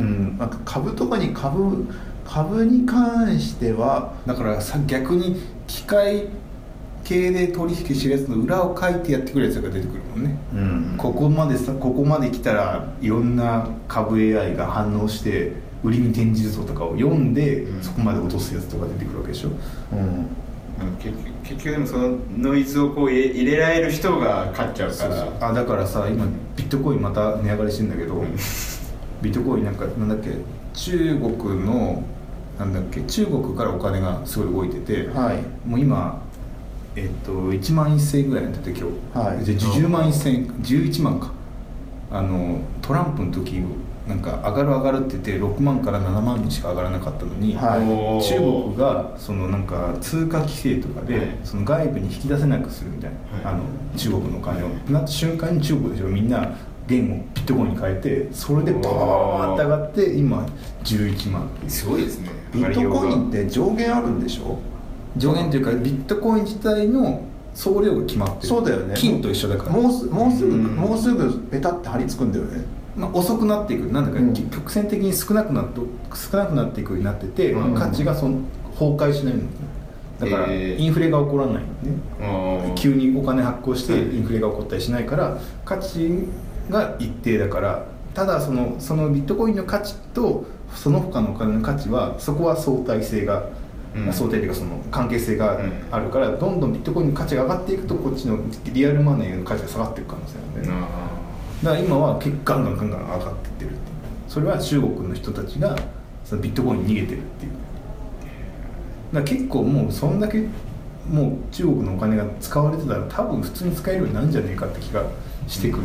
うん、なんか株とかに株株に関しては
だからさ逆に機械系で取引してるやつの裏を書いてやってくるやつが出てくるもんね、
うん
ここまでさここまで来たらいろんな株 AI が反応して売りに転じるぞとかを読んで、
うん
そこまで落とすやつとか出てくるわけでしょ
うん
うん結局結局でもそのノイズをこう入れ入れられる人が勝っちゃうから
あだからさ今ビットコインまた値上がりしてんだけどビットコインなんかなんだっけ中国のなんだっけ中国からお金がすごい動いてて、
はい
もう今、えっと、1万1000円ぐらいになってて今日、
はい
じゃあ10万1000円11万かあのトランプの時なんか上がる上がるって言って6万から7万にしか上がらなかったのに、
はい
おー
中国がそのなんか通貨規制とかで、
はい
その外部に引き出せなくするみたいな、
はい
あの中国のお金を、なった瞬間に中国でしょみんな元をビットコインに変えてそれでバーって上がって今11万
すごいですね
ビットコインって上限あるんでしょ
上限というかビットコイン自体の総量が決まってる
そうだよね
金と一緒だから
もうすもうすぐ、
うん
もうすぐペタって張り付くんだよね
まあ、遅くなっていくなんだか、
うん
曲線的に少なくなって少なくなっていくようになってて、
うん
価値がその崩壊しないのだから
えー
インフレが起こらないのね、
うん
急にお金発行して
うん
インフレが起こったりしないから価値が一定だからただそのそのビットコインの価値とその他のお金の価値はそこは相対性が、
うん
相対というかその関係性が
うん
あるから、どんどんビットコインの価値が上がっていくとこっちのリアルマネーの価値が下がっていく可能性なんだよね、
あ
だから今は結構ガンガンガンガン上がってってるっていうそれは中国の人たちがそのビットコインに逃げてるっていうだから結構もうそんだけもう中国のお金が使われてたら多分普通に使えるようになるんじゃねえかって気がしてくる、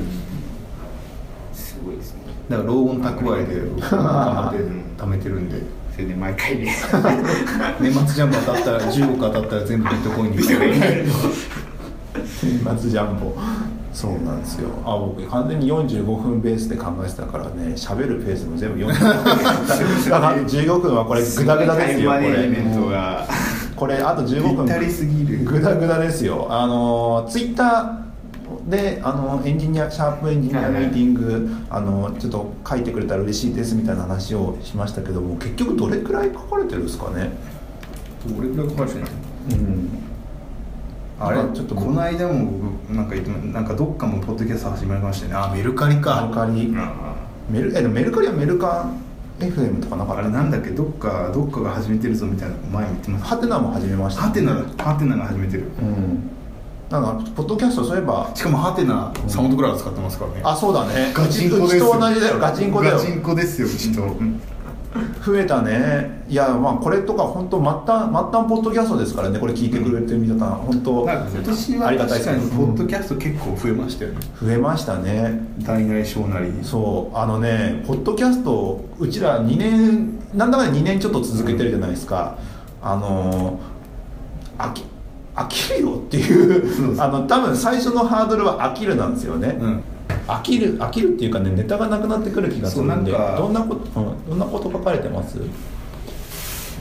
ーすごいですね
だから老後の蓄えで僕は頑張って貯めてるんで
それで毎 回ね
年末ジャンボ当たったら10億当たったら全部ビットコイン に
年末ジャンボそうなんですよあ僕完全に45分ベースで考えてたからね喋るペースも全部45分 だから15分はこれグダグダですよこ
タイムマネ
れ
ジメントが
これあと15分
ぴったりすぎる
グダグダですよあのツイッターであのエンジニアシャープエンジニアミーティング、あのちょっと書いてくれたら嬉しいですみたいな話をしましたけども結局どれくらい書かれてるんですかね
俺くらいかかるしない
うん
あれ
なんか
ち
ち
ょ
ょ
っ
っ
と
と
この間も僕なんか言ってもなんかどっかもポッドキャスト始まりましたねあメルカリか
メルカリ
あ
メルえでもメルカリはメルカン FM とかなか
あ
っ
れ
た
なんだっけどっかどっかが始めてるぞみたいなの前も言ってました
ハテナも始めました
ハテナだハテナが始めてる
うんなんかポッドキャストそういえば
しかもハテナサウンドクラウド使ってますからね
あそうだね
ガチンコです
うちと同じだよガチンコだよ
ガチンコですようちと
増えたねいやまあこれとか本当末端末端ポッドキャストですからねこれ聞いてくれてる皆さん本当
なんか今年は
ありがたいで
確
す
か
ね
にポッドキャスト結構増えましたよね
増えましたね
大なり小なり
そうあのねポッドキャストうちら2年なんだかんだ2年ちょっと続けてるじゃないですか、あの飽き飽きるよって
そう
い
です
うあの多分最初のハードルは飽きるなんですよね、
うん
飽きる飽きるっていうかねネタがなくなってくる気がするんで
そうなんか
どんなこと、うん、どんなこと書かれてます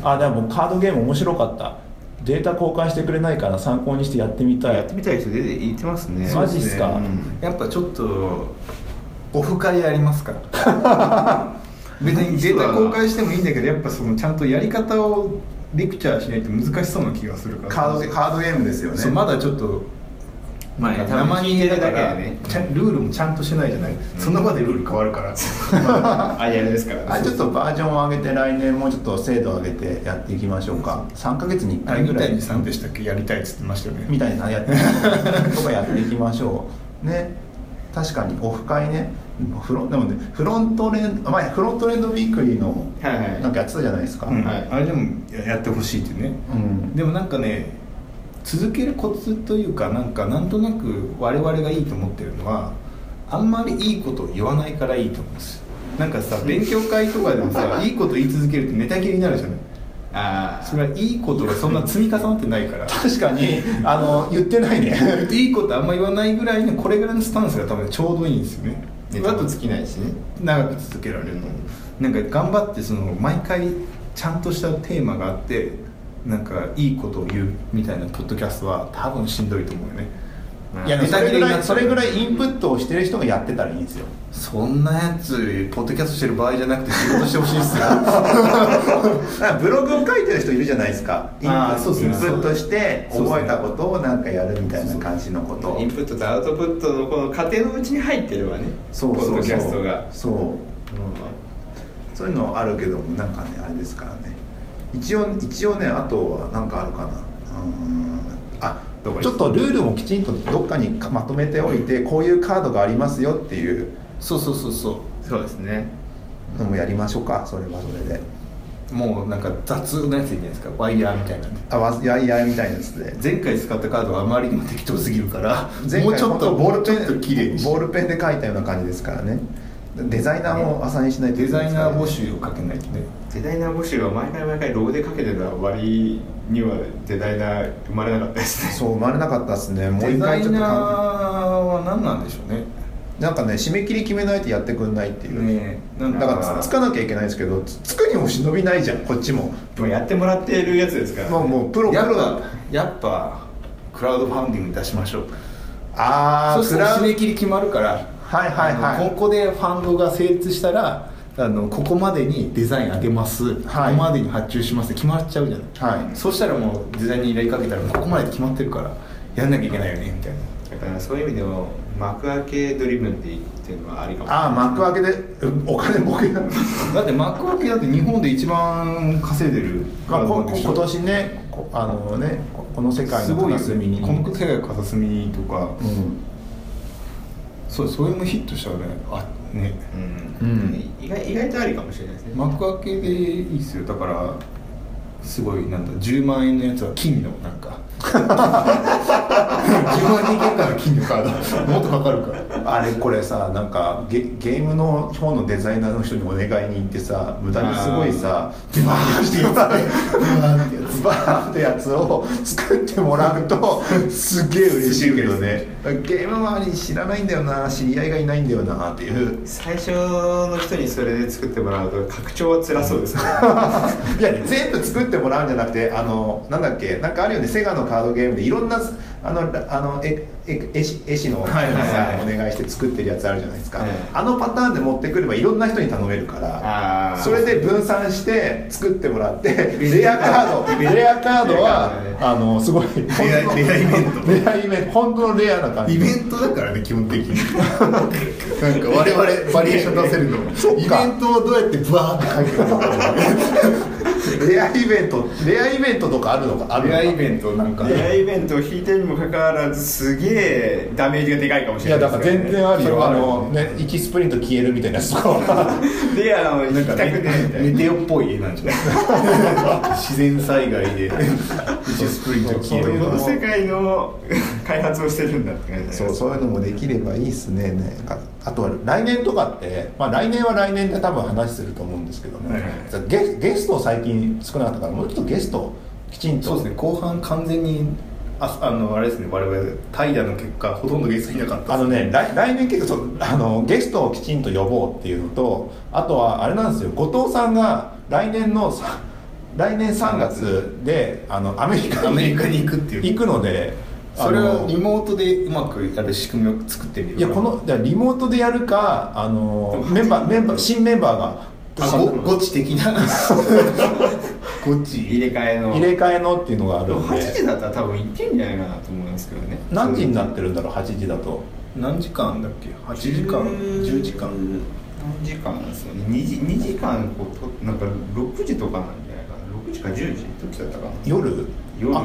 あでもカードゲーム面白かった
データ交換してくれないから参考にしてやってみた
やっ
い
てみたい人出て言ってますね
マジっすか
うん
やっぱちょっとオフ会ありますから別にデータ公開してもいいんだけどやっぱそのちゃんとやり方をレクチャーしないと難しそうな気がするから
カードカードゲームですよね
そうまだちょっと
まあ
なんか
多分
生に入れたか
聞いてるだ
ら
けでね
ちゃんルールもちゃんとしないじゃない、その場でルール変わるから
あやるですから
あちょっとバージョンを上げて来年もうちょっと精度を上げてやっていきましょうか3か月に1
あれ
回ぐ
み
らい
たいにさんでしたっけやりたいっつってましたよね
みたいなやってみま しょうとかやっていきましょうね確かにオフ会ねフロンでもねフロントレンド前フロントレンドウィークリーの
はいはい
なんかやってたじゃないですか、
うん
はい
あれでもややってほしいってね
うん
でもなんかね続けるコツというかなんかなんとなく我々がいいと思ってるのはあんまりいいことを言わないからいいと思うんですよなんかさ勉強会とかでもさいいこと言い続けるとネタ切りになるじゃない
ああ
それはいいことがそんな積み重なってないから
確かにあの言ってないね
いいことあんま言わないぐらいのこれぐらいのスタンスが多分ちょうどいいんですよね
ネタも尽きないしね
長く続けられると思うなんか頑張ってその毎回ちゃんとしたテーマがあってなんかいいことを言うみたいなポッドキャストは多分しんどいと思うよね
いやでも
ネタ
そ
切
れ
れ
ぐ
にな
ら
っちゃ
いうそれぐらいインプットをしてる人がやってたらいいんですよ
そんなやつポッドキャストしてる場合じゃなくて仕事してほしいっすよ
だからブログを書いてる人いるじゃないですかインプ
あーそうですね
インプットして
そうです
覚
ね
えたことをなんかやるみたいな感じのことを
インプットとアウトプットのこの過程のうちに入ってればね
そう
ポ
そ
ッ
う
ドキ
そ
ャスト
う
が
そうそういうのあるけどもなんかねあれですからね一応一応ねあとはなんかあるかなうーんあ
どこに
ちょっとルールもきちんとどっかにまとめておいてこういうカードがありますよっていう
そうそうそうそ
そうですね
のもやりましょうかそれはそれで
うもうなんか雑なやついいんじゃないですかワイヤーみたいなね
あわいやいやみたいなやつで
前回使ったカードはあまりにも適当すぎるからもうちょっと
ボールペ
もうちょっと綺麗に
ン
し
ボールペンで書いたような感じですからねデザイナーも朝にしないと
デザイナー募集をかけないとね
デザイナー募集は毎回毎回ローでかけてた割にはデザイナー生まれなかったで すね
そう生まれなかったですねもう
デ
一
ザ
回ち
イ
ょっ
ナ
と
ー
考
は何なんでしょうね
えなんかね締め切り決めないとやってくんないっていう、
ねえなん
だからつつかなきゃいけないんですけどつつくにも忍びないじゃんこっちも
もうやってもらってるやつですから、
もうもうプロプ
や
ロ
っ
だ
ぱやっぱクラウドファンディングに出しましょう
あ
そ
あ
うすると締め切り決まるから
はいはい
あの
は
ここでファンドが成立したらあのここまでにデザイン上げます、
はい
ここまでに発注しますって決まっちゃうじゃない、
はい
そうしたらもうデザインに依頼かけたらもうここまで決まってるからやんなきゃいけないよねみたいな
だからそういう意味でも幕開けドリブンでいいっていうのはありか
い
も
ああ幕開けでうんお金儲けだ
だって幕開けだって日本で一番稼いでる
まあ、ここ
クラウドファンディングでしょ
今年ねこあのねここの世界
す
の
ごいよ
片
ね
隅に
この世界の片隅にとか、
うん
そうそれもヒットしたらねあね
う
うん
ん、意外意外とありかもしれないですね、
幕開けでいいっすよだからすごいなんだ10万円のやつは金のなんか 10万円いけるから金のカードもっとかかるから
あれこれさなんかゲゲームの本のデザイナーの人にお願いに行ってさ無駄にすごいさ手間をしていっぱいバーンってやつを作ってもらうとすっげえ嬉しいけどねゲーム周りに知らないんだよな知り合いがいないんだよなっていう
最初の人にそれで作ってもらうと拡張は辛そう ですね
いや全部作ってもらうんじゃなくてあのなんだっけなんかあるよねセガのカードゲームでいろんなあのあのええ絵師絵師の人にさ、
はいはい
お願いして作ってるやつあるじゃないですか、
はい
あのパターンで持ってくればいろんな人に頼めるから
あー
それで分散して作ってもらってレアカードレアカードは
レアカードね
あのすごい
レアレアイベント
レアイベント本当のレアな感じ
イベントだからね基本的になんか我々バリエーション出せるの
そっ
イ
か
ベントをどうやってバーって書いてるの
レアイベントレアイベントとかあるのかあるのか
ベントなん
出会いイベントを引いてるにもかかわらずすげえダメージがでかいかもし
い
れ
や
な
だか
い
ら
です
全然ある
それ
よ
は
あ
る
のね息スプリント消えるみたいなやつとかは
であの
なん
行き
か
たくねえみたい
メ
な
テオっぽい絵なんじゃない自然災害で一スプリント消える
そうそ
こ
う
の
そう
世界の開発をしてるんだって感じ
そうそういうのもできればいいっすねねああとは来年とかって、まあ、来年は来年で多分話すると思うんですけども、
はいは
ゲゲスト最近少なかったからもうちょっとゲストをきちんと
そうですね後半完全にああのあれですね我々怠惰の結果ほとんどゲストいなかった
あのね来来年結構そうあのゲストをきちんと呼ぼうっていうのとあとはあれなんですよ後藤さんが来年のさ来年3月であのアメリカに
アメリカに行くっていう
行くので
それ
あ
を
の
リモートでうまくやる仕組みを作ってみる
いやこのだからリモートでやるかあのメンバーメンバー新メンバーが
あごゴチ的なゴ
入
チ
れ替えの
入れ替えのっていうのがあるん
8時
で
だったら多分行ってんじゃないかなと思いますけどね
何時になってるんだろう8時だと
何時間だっけ8時間10時間
何時間なんですよね 2, 時2時間こうとなんか6時とかなんじゃないかな6時か10時どっちだったかな
夜
夜
あ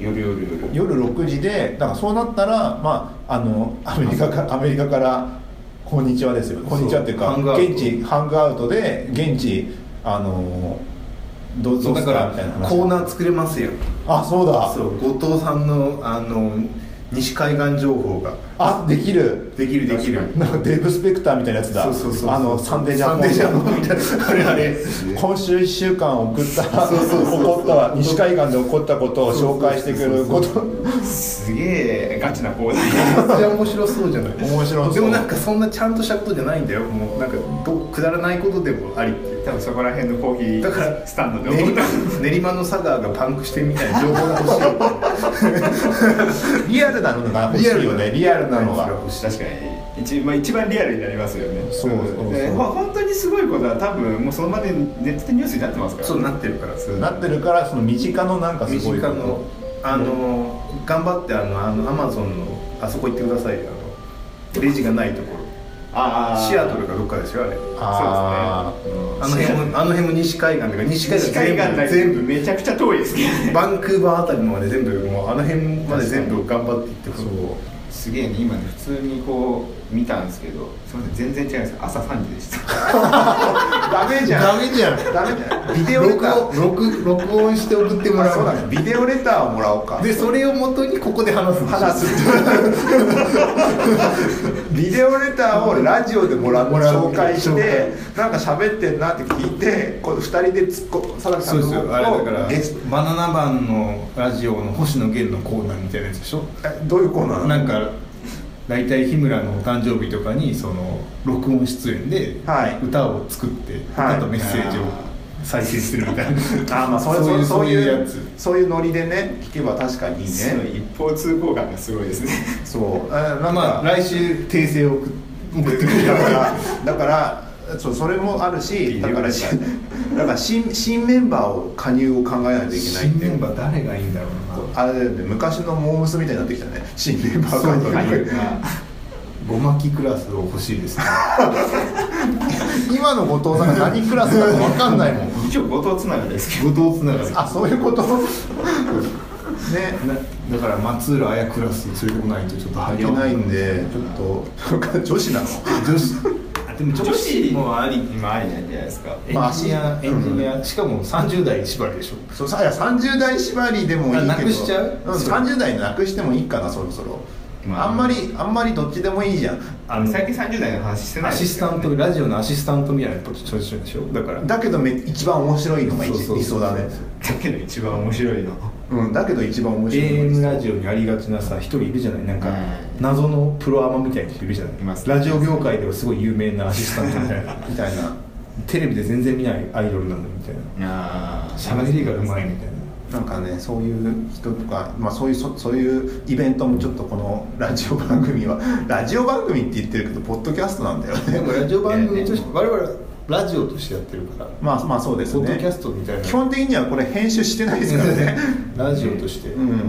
夜夜夜
夜6時でだからそうなったら、まあ、あのアメリカかアメリカから「こんにちは」ですよ「こんにちは」っていうか
ハングアウト
現地ハングアウトで現地あのどうど
そう
う
だ
す
か
からみたいな話
コーナー作れますよ
あそうだ
そう後藤さんのあの西海岸情報が
あできる
できるできる
なんかデーブ・スペクターみたいなやつだ
そうそうそうそう
あのサンデージャポン
サンデージャポンみたいな
あれあれ
ね
今週1週間送った起
そうそうそう
こった西海岸で起こったことを紹介してくること
すげえガチな講
め
座
っちゃ面白そうじゃない
面白そう
でもなんかそんなちゃんとしたことじゃないんだよもうなんかどくだらないことでもありっていう
多分そこら辺のコーヒ
だか
ー
ら
スタンドで
練
思っ
馬
た
練馬の佐川がパンクしてるみたいな情報が欲しい
リアルなのが欲しいよねリアルなのが
確かに一,、まあ、一番リアルになりますよね
そうそうそう
でほ本当にすごいことは多分もうその場でネットでニュースになってますから
そうなってるから
そう
なってるからその身近のなんかす
身
ごいこ
近
と
のあの頑張ってあのあのアマゾンのあそこ行ってくださいよあのレジがないところ
ああ
シアトルかどっかですよあれ
あ
そう
ー
あの辺もあの辺も西海岸とか西海岸
西海岸だ
全
け
部全部
めちゃくちゃ遠いですけどね
バンクーバーあたりまで全部もうあの辺まで全部頑張っていってほしい
すげえね今ね普通にこう見たんですけどすみません全然違うんですよ朝3時でした
ダメじゃん
ダメじゃん
ダメじゃんビデオレタ
録
ー
音録録音して送っても
あ
ら
そう
う
だねビデオレターをもらおうか
でそれをもとにここで話す
話すビデオレターをラジオでもらって
もらう
紹介し
紹
て
介
なんか喋ってんなって聞いてこう2人でつっこ佐々木さ
そうんで
の
す
方
よあれだから
ゲス
バナナマンのラジオの星野源のコーナーみたいなやつでしょ
トえどういうコーナーな
な
の
んか大体日村のお誕生日とかにその録音出演で
はい
歌を作って
はい
歌とメッセージを再生する みたいな
あーまあそう
そういう
そうい
そういうや
う
つ
そういうノリでね聞けば確かにいい
すご
ね
い一方通行感がすごいですね
そうえーなん
ま
か
あ来週訂正を送っ送ってくれ
だ
た
か
からら
だからそうそれもあるしだから
ビデオレ
だから新新メンバーを加入を考えないといけない
新
って
メ
いう
ンバー誰がいいんだろう
あれだよね昔のモー娘みたいになってきたね新メンバー加
そうだ
入
ねなごまきクラスを欲しいですね
今の後藤さんが何クラスだか分かんないもん
一応後藤つながりですけ
後藤つな がり
あそういうことね
なだから松浦綾クラス連れてこないとちょっと
あ
入
げ
れ
ないんでちょっと女子なの
女子あでも
ど
女子もあり
今ありなんじゃないですか
エンジニア、エンジニア、しかも30代縛りでしょ
そうさいや30代縛りでもいいけど、
あなくしちゃうん
30代なくしてもいいかなそろそろ、
まあ
あんまりあんまりどっちでもいいじゃん
あの
最近30代の話してない
ア
で
シス
すから
タ
ね
ントラジオのアシスタントみたいなポジションでしょだから
だけどめ一番面白いのが一
そうそう
理想だね
だけど一番面白いの
うんだけど一番面白いのが理想
AM ラジオにありがちなさ一人いるじゃないなんか、
うん
謎のプロアマみたいな人いるじゃない
います
ラジオ業界ではすごい有名なアシスタントみたいな
みたいな
テレビで全然見ないアイドルなのみたいな
ああ
喋りがうまいみたいな
なんかねそういう人とか、まあ、そういうそそういうイベントもちょっとこのラジオ番組は ラジオ番組って言ってるけどポッドキャストなんだよ
で
ね
もラジオ番組とし
い
て我々ラジオとしてやってるから
まあまあそうです
ポ
ね
ッドキャストみたいな
基本的にはこれ編集してないですから ね
ラジオとして、
うん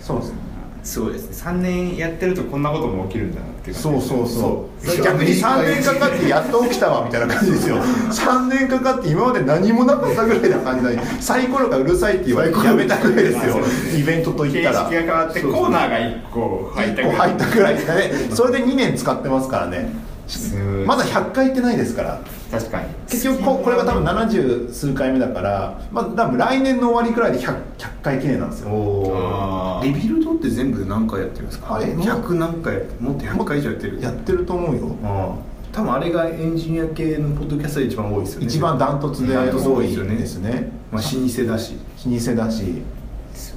そうですね
すごいですね3年やってるとこんなことも起きるんだなっていう
そうそうそう
そう
逆に3年かかってやっと起きたわみたいな感じ ですよ3年かかって今まで何もなかったぐらいな感じなのにサイコロがうるさいって言われてやめたぐらいです よイベントと
形
いっ
式
た
が
ら
変わってコーナーが1個入った
1個
ぐら
入
い
ったぐらいですかねそれで2年使ってますからね
す
まだ100回行ってないですから
確かに
結局ここれが多分70数回目だから、まあ、多分来年の終わりくらいで 100, 100回記念なんですよ
おー
リビルドって全部で何回やってるんですか
あれ
100何回もっと100回以上やってる
やってると思うよ、
ああ多分あれがエンジニア系のポッドキャストで一番多いですよね
一番ダントツで
うん
多いですね
まあ、老舗だし
老舗だし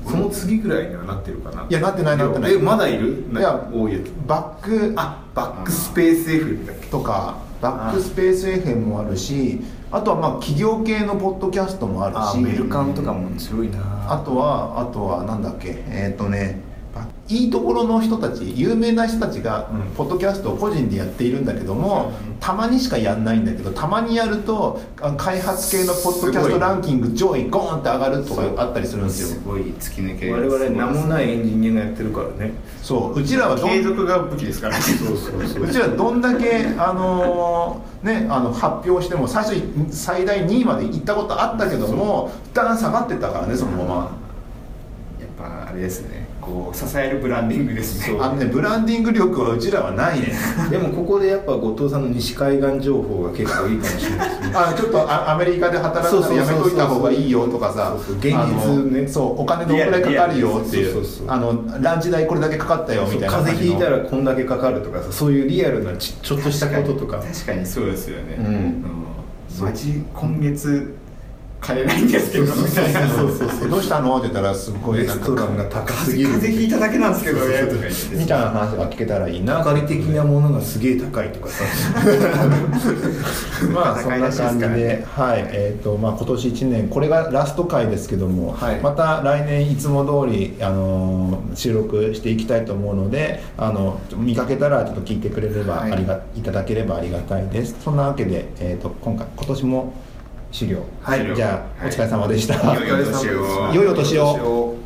その次ぐらいにはなってるかない
いやなってないなってない
えまだいる
いや
多いやつ
バック
あバックスペース F だっけ
とかバックスペース FM もあるしあとはまあ企業系のポッドキャストもある
あ
し
メルカンとかも強いな
あとはあとはなんだっけえっ、とねあいいところの人たち有名な人たちが、
うん
ポッドキャストを個人でやっているんだけども、たまにしかやんないんだけどたまにやるとあ開発系のポッドキャス
すご
ト
い
ランキング上位ゴーンって上がるとかあったりするんです
す
よ
ごい突き抜け
我々名もないいエンジニアがやってるからね
そううちらはどん
継続が武器ですからね
そうそうそう
ちらどんだけ、あのーね、あの発表しても最初に最大2位まで行ったことあったけども一旦下がってったからねそのまま
やっぱあれですねこう支えるブランディングですね
あのねブランディング力はうちらはない ね
でもここでやっぱ後藤さんの西海岸情報が結構いいかもしれないですね
あちょっとあアメリカで働く
そう
の
そう
や
そうそう
めといた方がいいよとかさ
そうそう現実
あの
ね
そうお金どのくらいかかるよってい
リアルリアルそう
う
そうそう
あのランチ代これだけかかったよみ
そう
たいな
風
感じ
邪ひい
の
たらこんだけかかるとかさそういうリアルなちちょっとしたこととか
確かにそうですよね
うん
うんマジ今月買えないんですけどみたい な
そうそう
え どうしたのって言ったらすごい
レ
なん
ス
か
トランが高す
風
ぎる
邪ひいただけなんですけどねとか言って
みたいな話が聞けたらいいな
明かり的なものがすげえ高いとかさ
まあそ
戦
ん
いら
な
しいで
感
すから
じ
ね
で、はい、えっ、とまあ今年一年これがラスト回ですけども、
はい
また来年いつも通りあのー収録していきたいと思うので、あの見かけたらちょっと聞いてくれればあ
はい
りが、い、ただければありがたいです。そんなわけでえっ、と今回今年も終了。
はい
じゃあ、
は
お
い
疲れ様でした。
いよいよ年を
良いお年を
を